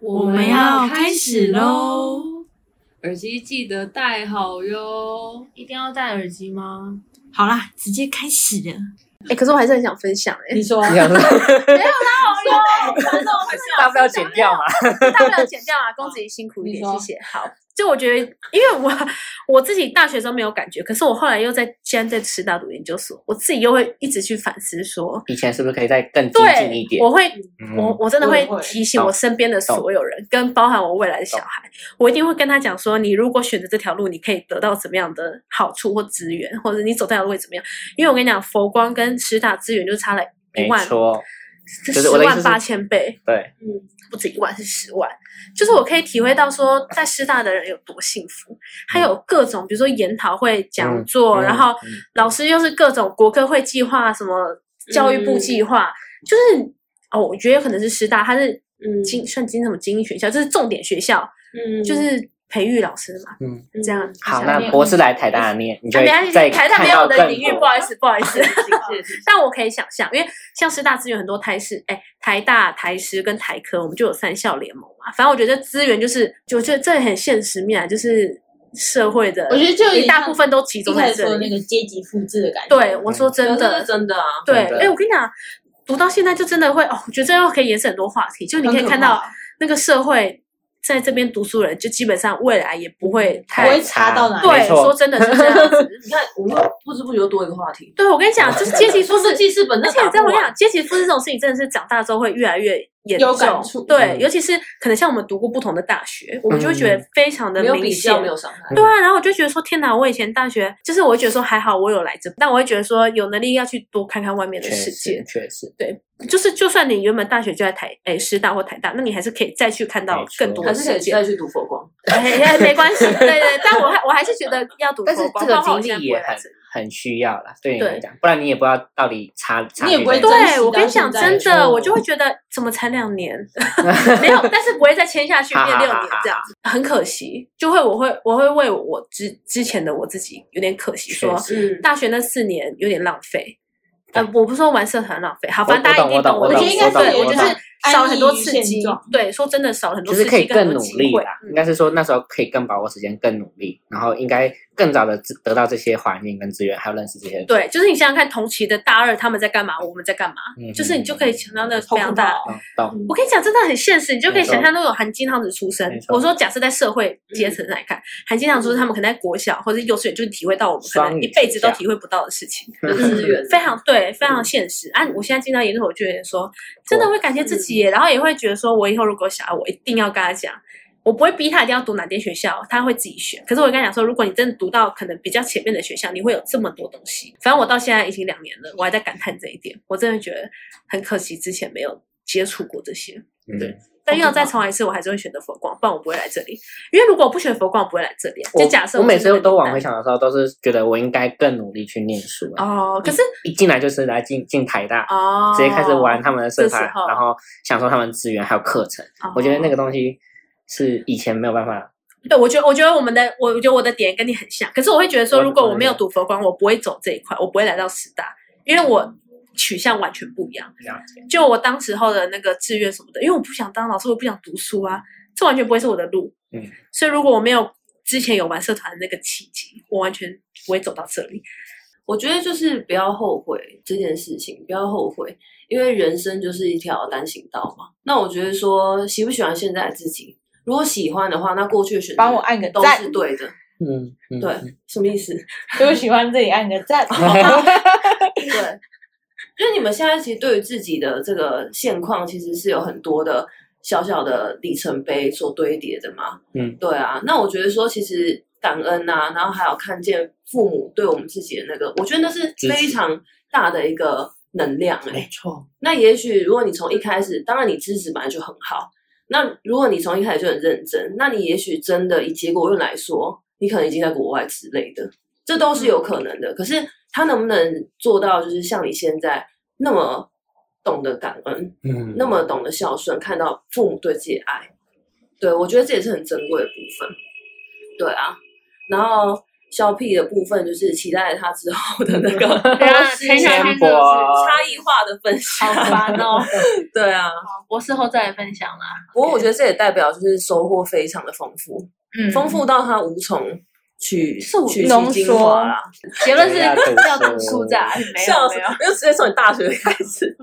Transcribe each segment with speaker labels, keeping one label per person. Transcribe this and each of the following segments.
Speaker 1: 我
Speaker 2: 们要开始喽！
Speaker 1: 耳机记得戴好哟。
Speaker 3: 一定要戴耳机吗？
Speaker 2: 好啦，直接开始了。
Speaker 4: 哎、可是我还是很想分享哎、
Speaker 1: 你说，
Speaker 3: 啊
Speaker 5: 你想说
Speaker 4: 哦
Speaker 3: 好用，观众 还是
Speaker 5: 大不了剪掉嘛？
Speaker 4: 大不了剪掉 啊，公子怡辛苦一点，
Speaker 1: 你说
Speaker 4: 谢谢。好，
Speaker 3: 就我觉得，因为我我自己大学时候没有感觉，可是我后来又在现在在师大读研究所，我自己又会一直去反思说，
Speaker 5: 以前是不是可以再更精进一
Speaker 3: 对，
Speaker 5: 点？
Speaker 3: 我会
Speaker 5: 嗯
Speaker 3: 我我真的
Speaker 2: 我也
Speaker 3: 会
Speaker 2: 会
Speaker 3: 提醒我身边的所有人，跟包含我未来的小孩，我一定会跟他讲说，你如果选择这条路，你可以得到怎么样的好处或资源，或者你走这条路会怎么样？因为我跟你讲，佛光跟师大资源就差了一
Speaker 5: 没
Speaker 3: 万，
Speaker 5: 错，
Speaker 3: 这
Speaker 5: 就是
Speaker 3: 十
Speaker 5: 我的意思
Speaker 3: 万
Speaker 5: 是
Speaker 3: 八千倍。
Speaker 5: 对，
Speaker 3: 不止一万，是十万。就是我可以体会到说，在师大的人有多幸福，还有各种，比如说研讨会、讲座，
Speaker 5: 嗯
Speaker 3: 哦然后
Speaker 5: 嗯
Speaker 3: 老师又是各种国科会计划、什么教育部
Speaker 5: 嗯
Speaker 3: 计划，就是哦，我觉得有可能是师大，它是
Speaker 1: 嗯
Speaker 3: 精算精什么精英学校，就是重点学校，
Speaker 1: 嗯
Speaker 3: 就是培育老师嘛，
Speaker 5: 嗯，
Speaker 3: 这样。
Speaker 5: 好，
Speaker 3: 啊
Speaker 5: 那博士来台大念，你就会
Speaker 3: 等一下
Speaker 5: 再
Speaker 3: 台大
Speaker 5: 看
Speaker 3: 啊哎没有
Speaker 5: 到
Speaker 3: 我的
Speaker 5: 更
Speaker 3: 领域，不
Speaker 5: 多。
Speaker 3: 好意思，不好意思。
Speaker 1: 谢谢。
Speaker 3: 但我可以想象，因为像师大资源很多台师，哎，台大、台师跟台科，我们就有三校联盟嘛。反正我觉得资源就是，就我觉得这很现实面啊，就是社会的，
Speaker 6: 我觉得就有点
Speaker 3: 一大
Speaker 6: 像
Speaker 3: 部分都集
Speaker 6: 一
Speaker 3: 中
Speaker 6: 开
Speaker 3: 在
Speaker 6: 始
Speaker 3: 这
Speaker 6: 说的
Speaker 3: 里。
Speaker 6: 那个阶级复制的感觉，
Speaker 3: 对，我说真的，
Speaker 1: 真的啊，
Speaker 3: 对，
Speaker 5: 真的
Speaker 3: 哎，我跟你讲，读到现在就真的会哦，我觉得这又可以延伸很多话题，就你可以看到那个社会。在这边读书人，就基本上未来也不会
Speaker 6: 不
Speaker 3: 太
Speaker 6: 会差到哪里。
Speaker 3: 对。
Speaker 5: 没错
Speaker 3: 说真的是这样 子，
Speaker 1: 你看，我们不知不觉多一个话题。
Speaker 3: 对我跟你讲，就是阶级
Speaker 1: 说
Speaker 3: 复制
Speaker 1: 是记事本，
Speaker 3: 而且在我跟你讲，阶级复制这种事情真的是长大之后会越来越严重。
Speaker 6: 有感触
Speaker 3: 对，
Speaker 5: 嗯
Speaker 3: 尤其是可能像我们读过不同的大学，我们就会觉得非常的
Speaker 1: 没有
Speaker 3: 明
Speaker 1: 比
Speaker 3: 显。
Speaker 1: 较，没有伤害。
Speaker 3: 对啊，然后我就觉得说，天哪！我以前大学就是，我会觉得说还好我有来这，但我会觉得说有能力要去多看看外面的
Speaker 5: 确
Speaker 3: 世
Speaker 5: 实
Speaker 3: 界，。
Speaker 5: 确实，
Speaker 3: 就是就算你原本大学就在台诶师大或台大，那你还是可以再去看到
Speaker 5: 没错
Speaker 3: 更多
Speaker 1: 还
Speaker 3: 的
Speaker 1: 是可
Speaker 3: 世
Speaker 1: 以
Speaker 3: 界。
Speaker 1: 再去读佛光，
Speaker 3: 哎哎没关系，对对，但我还我还是觉得要读
Speaker 5: 但是
Speaker 3: 佛光，
Speaker 5: 这
Speaker 3: 包
Speaker 5: 个
Speaker 3: 括我
Speaker 5: 经
Speaker 3: 现在
Speaker 5: 历
Speaker 3: 不会
Speaker 5: 也
Speaker 3: 来
Speaker 5: 很
Speaker 3: 这
Speaker 5: 很需要啦，对你
Speaker 3: 对
Speaker 5: 来讲，不然你也不知道到底差差
Speaker 6: 你
Speaker 5: 距
Speaker 6: 也不会
Speaker 5: 在哪
Speaker 6: 珍
Speaker 3: 对，
Speaker 6: 惜
Speaker 3: 我
Speaker 6: 到
Speaker 3: 跟你
Speaker 6: 现
Speaker 3: 讲，
Speaker 6: 在
Speaker 3: 真
Speaker 6: 的
Speaker 3: 的，
Speaker 6: 哦
Speaker 3: 我就会觉得怎么才两 年，没有，但是不会再签下去
Speaker 5: 哈
Speaker 3: 变
Speaker 5: 哈
Speaker 3: 六
Speaker 5: 哈
Speaker 3: 年
Speaker 5: 哈
Speaker 3: 这样子，很可惜，就会我会我会为我之之前的我自己有点可惜，说
Speaker 5: 确实
Speaker 1: 嗯，
Speaker 3: 大学那四年有点浪费。呃，
Speaker 5: 对
Speaker 3: 我不是说玩社团浪费，好，反正
Speaker 5: 我
Speaker 3: 大家一
Speaker 5: 懂
Speaker 3: 定
Speaker 5: 我
Speaker 3: 懂
Speaker 5: 懂
Speaker 3: 我
Speaker 5: 我
Speaker 3: 的
Speaker 6: 懂
Speaker 3: 意
Speaker 6: 我
Speaker 3: 思，
Speaker 6: 懂
Speaker 3: 对
Speaker 6: 我
Speaker 3: 就
Speaker 6: 懂
Speaker 3: 是少了很多
Speaker 6: 安逸于
Speaker 3: 刺
Speaker 6: 现
Speaker 3: 激
Speaker 6: 状，
Speaker 3: 对，说真的少了很
Speaker 5: 就
Speaker 3: 多
Speaker 5: 是
Speaker 3: 刺
Speaker 5: 可以
Speaker 3: 激跟
Speaker 5: 更
Speaker 3: 很
Speaker 5: 努
Speaker 3: 多机
Speaker 5: 力
Speaker 3: 会，
Speaker 5: 啦，
Speaker 3: 嗯
Speaker 5: 应该是说那时候可以更把握时间，更努力，然后应该更早的得到这些环境跟资源，还有认识这些人。
Speaker 3: 对，就是你想想看，同期的大二他们在干嘛，我们在干嘛，
Speaker 5: 嗯
Speaker 3: 就是你就可以想到那个非常
Speaker 6: 好
Speaker 3: 大
Speaker 6: 恐怖哦
Speaker 5: 懂懂，
Speaker 3: 我跟你讲，真的很现实，你就可以
Speaker 5: 嗯没错
Speaker 3: 想象那种含金汤匙出身
Speaker 5: 没。错嗯
Speaker 3: 我说，假设在社会阶层来看，含金汤匙出身，他们可能在国小或者幼稚园就体会到我们可
Speaker 5: 双
Speaker 3: 能
Speaker 5: 语
Speaker 3: 一辈子都
Speaker 5: 下
Speaker 3: 体会不到的事情，
Speaker 1: 资源
Speaker 3: 嗯非常对，非常现实。啊，我现在进到研究所，我就有点说，真的会感谢自己耶，然后也会觉得说，我以后如果有小孩，我一定要跟他讲。我不会逼他一定要读哪间学校，他会自己选。可是我跟他讲说，如果你真的读到可能比较前面的学校，你会有这么多东西。反正我到现在已经两年了，我还在感叹这一点，我真的觉得很可惜，之前没有接触过这些。对
Speaker 5: 嗯，
Speaker 3: 但要再重来一次，我还是会选择佛光，不然我不会来这里。因为如果我不选佛光，我不会来这里啊。
Speaker 5: 我
Speaker 3: 就假设
Speaker 5: 我每
Speaker 3: 是那
Speaker 5: 次
Speaker 3: 个
Speaker 5: 都往
Speaker 3: 年
Speaker 5: 回想的时候，都是觉得我应该更努力去念书
Speaker 3: 代。
Speaker 5: 啊。
Speaker 3: 哦，可是
Speaker 5: 一进来就是来进进台大，
Speaker 3: 哦，
Speaker 5: 直接开始玩他们的社
Speaker 3: 这时
Speaker 5: 团，
Speaker 3: 候
Speaker 5: 然后享受他们资源还有课程。
Speaker 3: 哦。
Speaker 5: 我觉得那个东西是以前没有办法，
Speaker 3: 对，我觉得我觉得我们的我我觉得我的点跟你很像，可是我会觉得说，
Speaker 5: 我
Speaker 3: 如果
Speaker 5: 我
Speaker 3: 我没有读佛光，我不会走这一块，我不会来到师大，因为我取向完全不一样。
Speaker 5: 了解
Speaker 3: 就我当时候的那个志愿什么的，因为我不想当老师，我不想读书啊，这完全不会是我的路。
Speaker 5: 嗯，
Speaker 3: 所以如果我没有之前有玩社团的那个契机，我完全不会走到这里。
Speaker 1: 我觉得就是不要后悔这件事情，不要后悔，因为人生就是一条单行道嘛。那我觉得说喜不喜欢现在的自己，如果喜欢的话，那过去的选择
Speaker 6: 帮我按个
Speaker 1: 都
Speaker 6: 赞
Speaker 1: 是，对的。
Speaker 5: 嗯，嗯
Speaker 1: 对，什么意 思？
Speaker 6: 如果喜欢这里按个赞，
Speaker 1: 对，因为你们现在其实对于自己的这个现况，其实是有很多的小小的里程碑所堆叠的嘛。
Speaker 5: 嗯，
Speaker 1: 对啊。那我觉得说，其实感恩呐、然后还有看见父母对我们自己的那个，我觉得那是
Speaker 5: 支持
Speaker 1: 非常大的一个能量哎、
Speaker 5: 没错，
Speaker 1: 那也许如果你从一开始，当然你支持本来就很好。那如果你从一开始就很认真，那你也许真的以结果论来说，你可能已经在国外之类的，这都是有可能的。可是他能不能做到，就是像你现在那么懂得感恩，
Speaker 5: 嗯，
Speaker 1: 那么懂得孝顺，看到父母对自己的爱，对我觉得这也是很珍贵的部分。对啊，然后小 P 的部分，就是期待他之后的那 个
Speaker 3: 陈小
Speaker 5: 天博
Speaker 1: 差异化的分析。
Speaker 3: 好烦哦！
Speaker 1: 对啊，
Speaker 3: 我事后再来分享啦。
Speaker 1: 不过我觉得这也代表就是收获非常的丰富，
Speaker 3: 嗯
Speaker 1: 丰富到他无从去
Speaker 3: 是
Speaker 6: 嗯
Speaker 3: 我
Speaker 1: 取其
Speaker 3: 浓
Speaker 1: 精
Speaker 3: 缩
Speaker 1: 华啦。
Speaker 3: 结论是
Speaker 5: 要读书
Speaker 3: 要读书这样，没有
Speaker 1: 笑死
Speaker 3: 没有。，
Speaker 1: 就直接从你大学开始，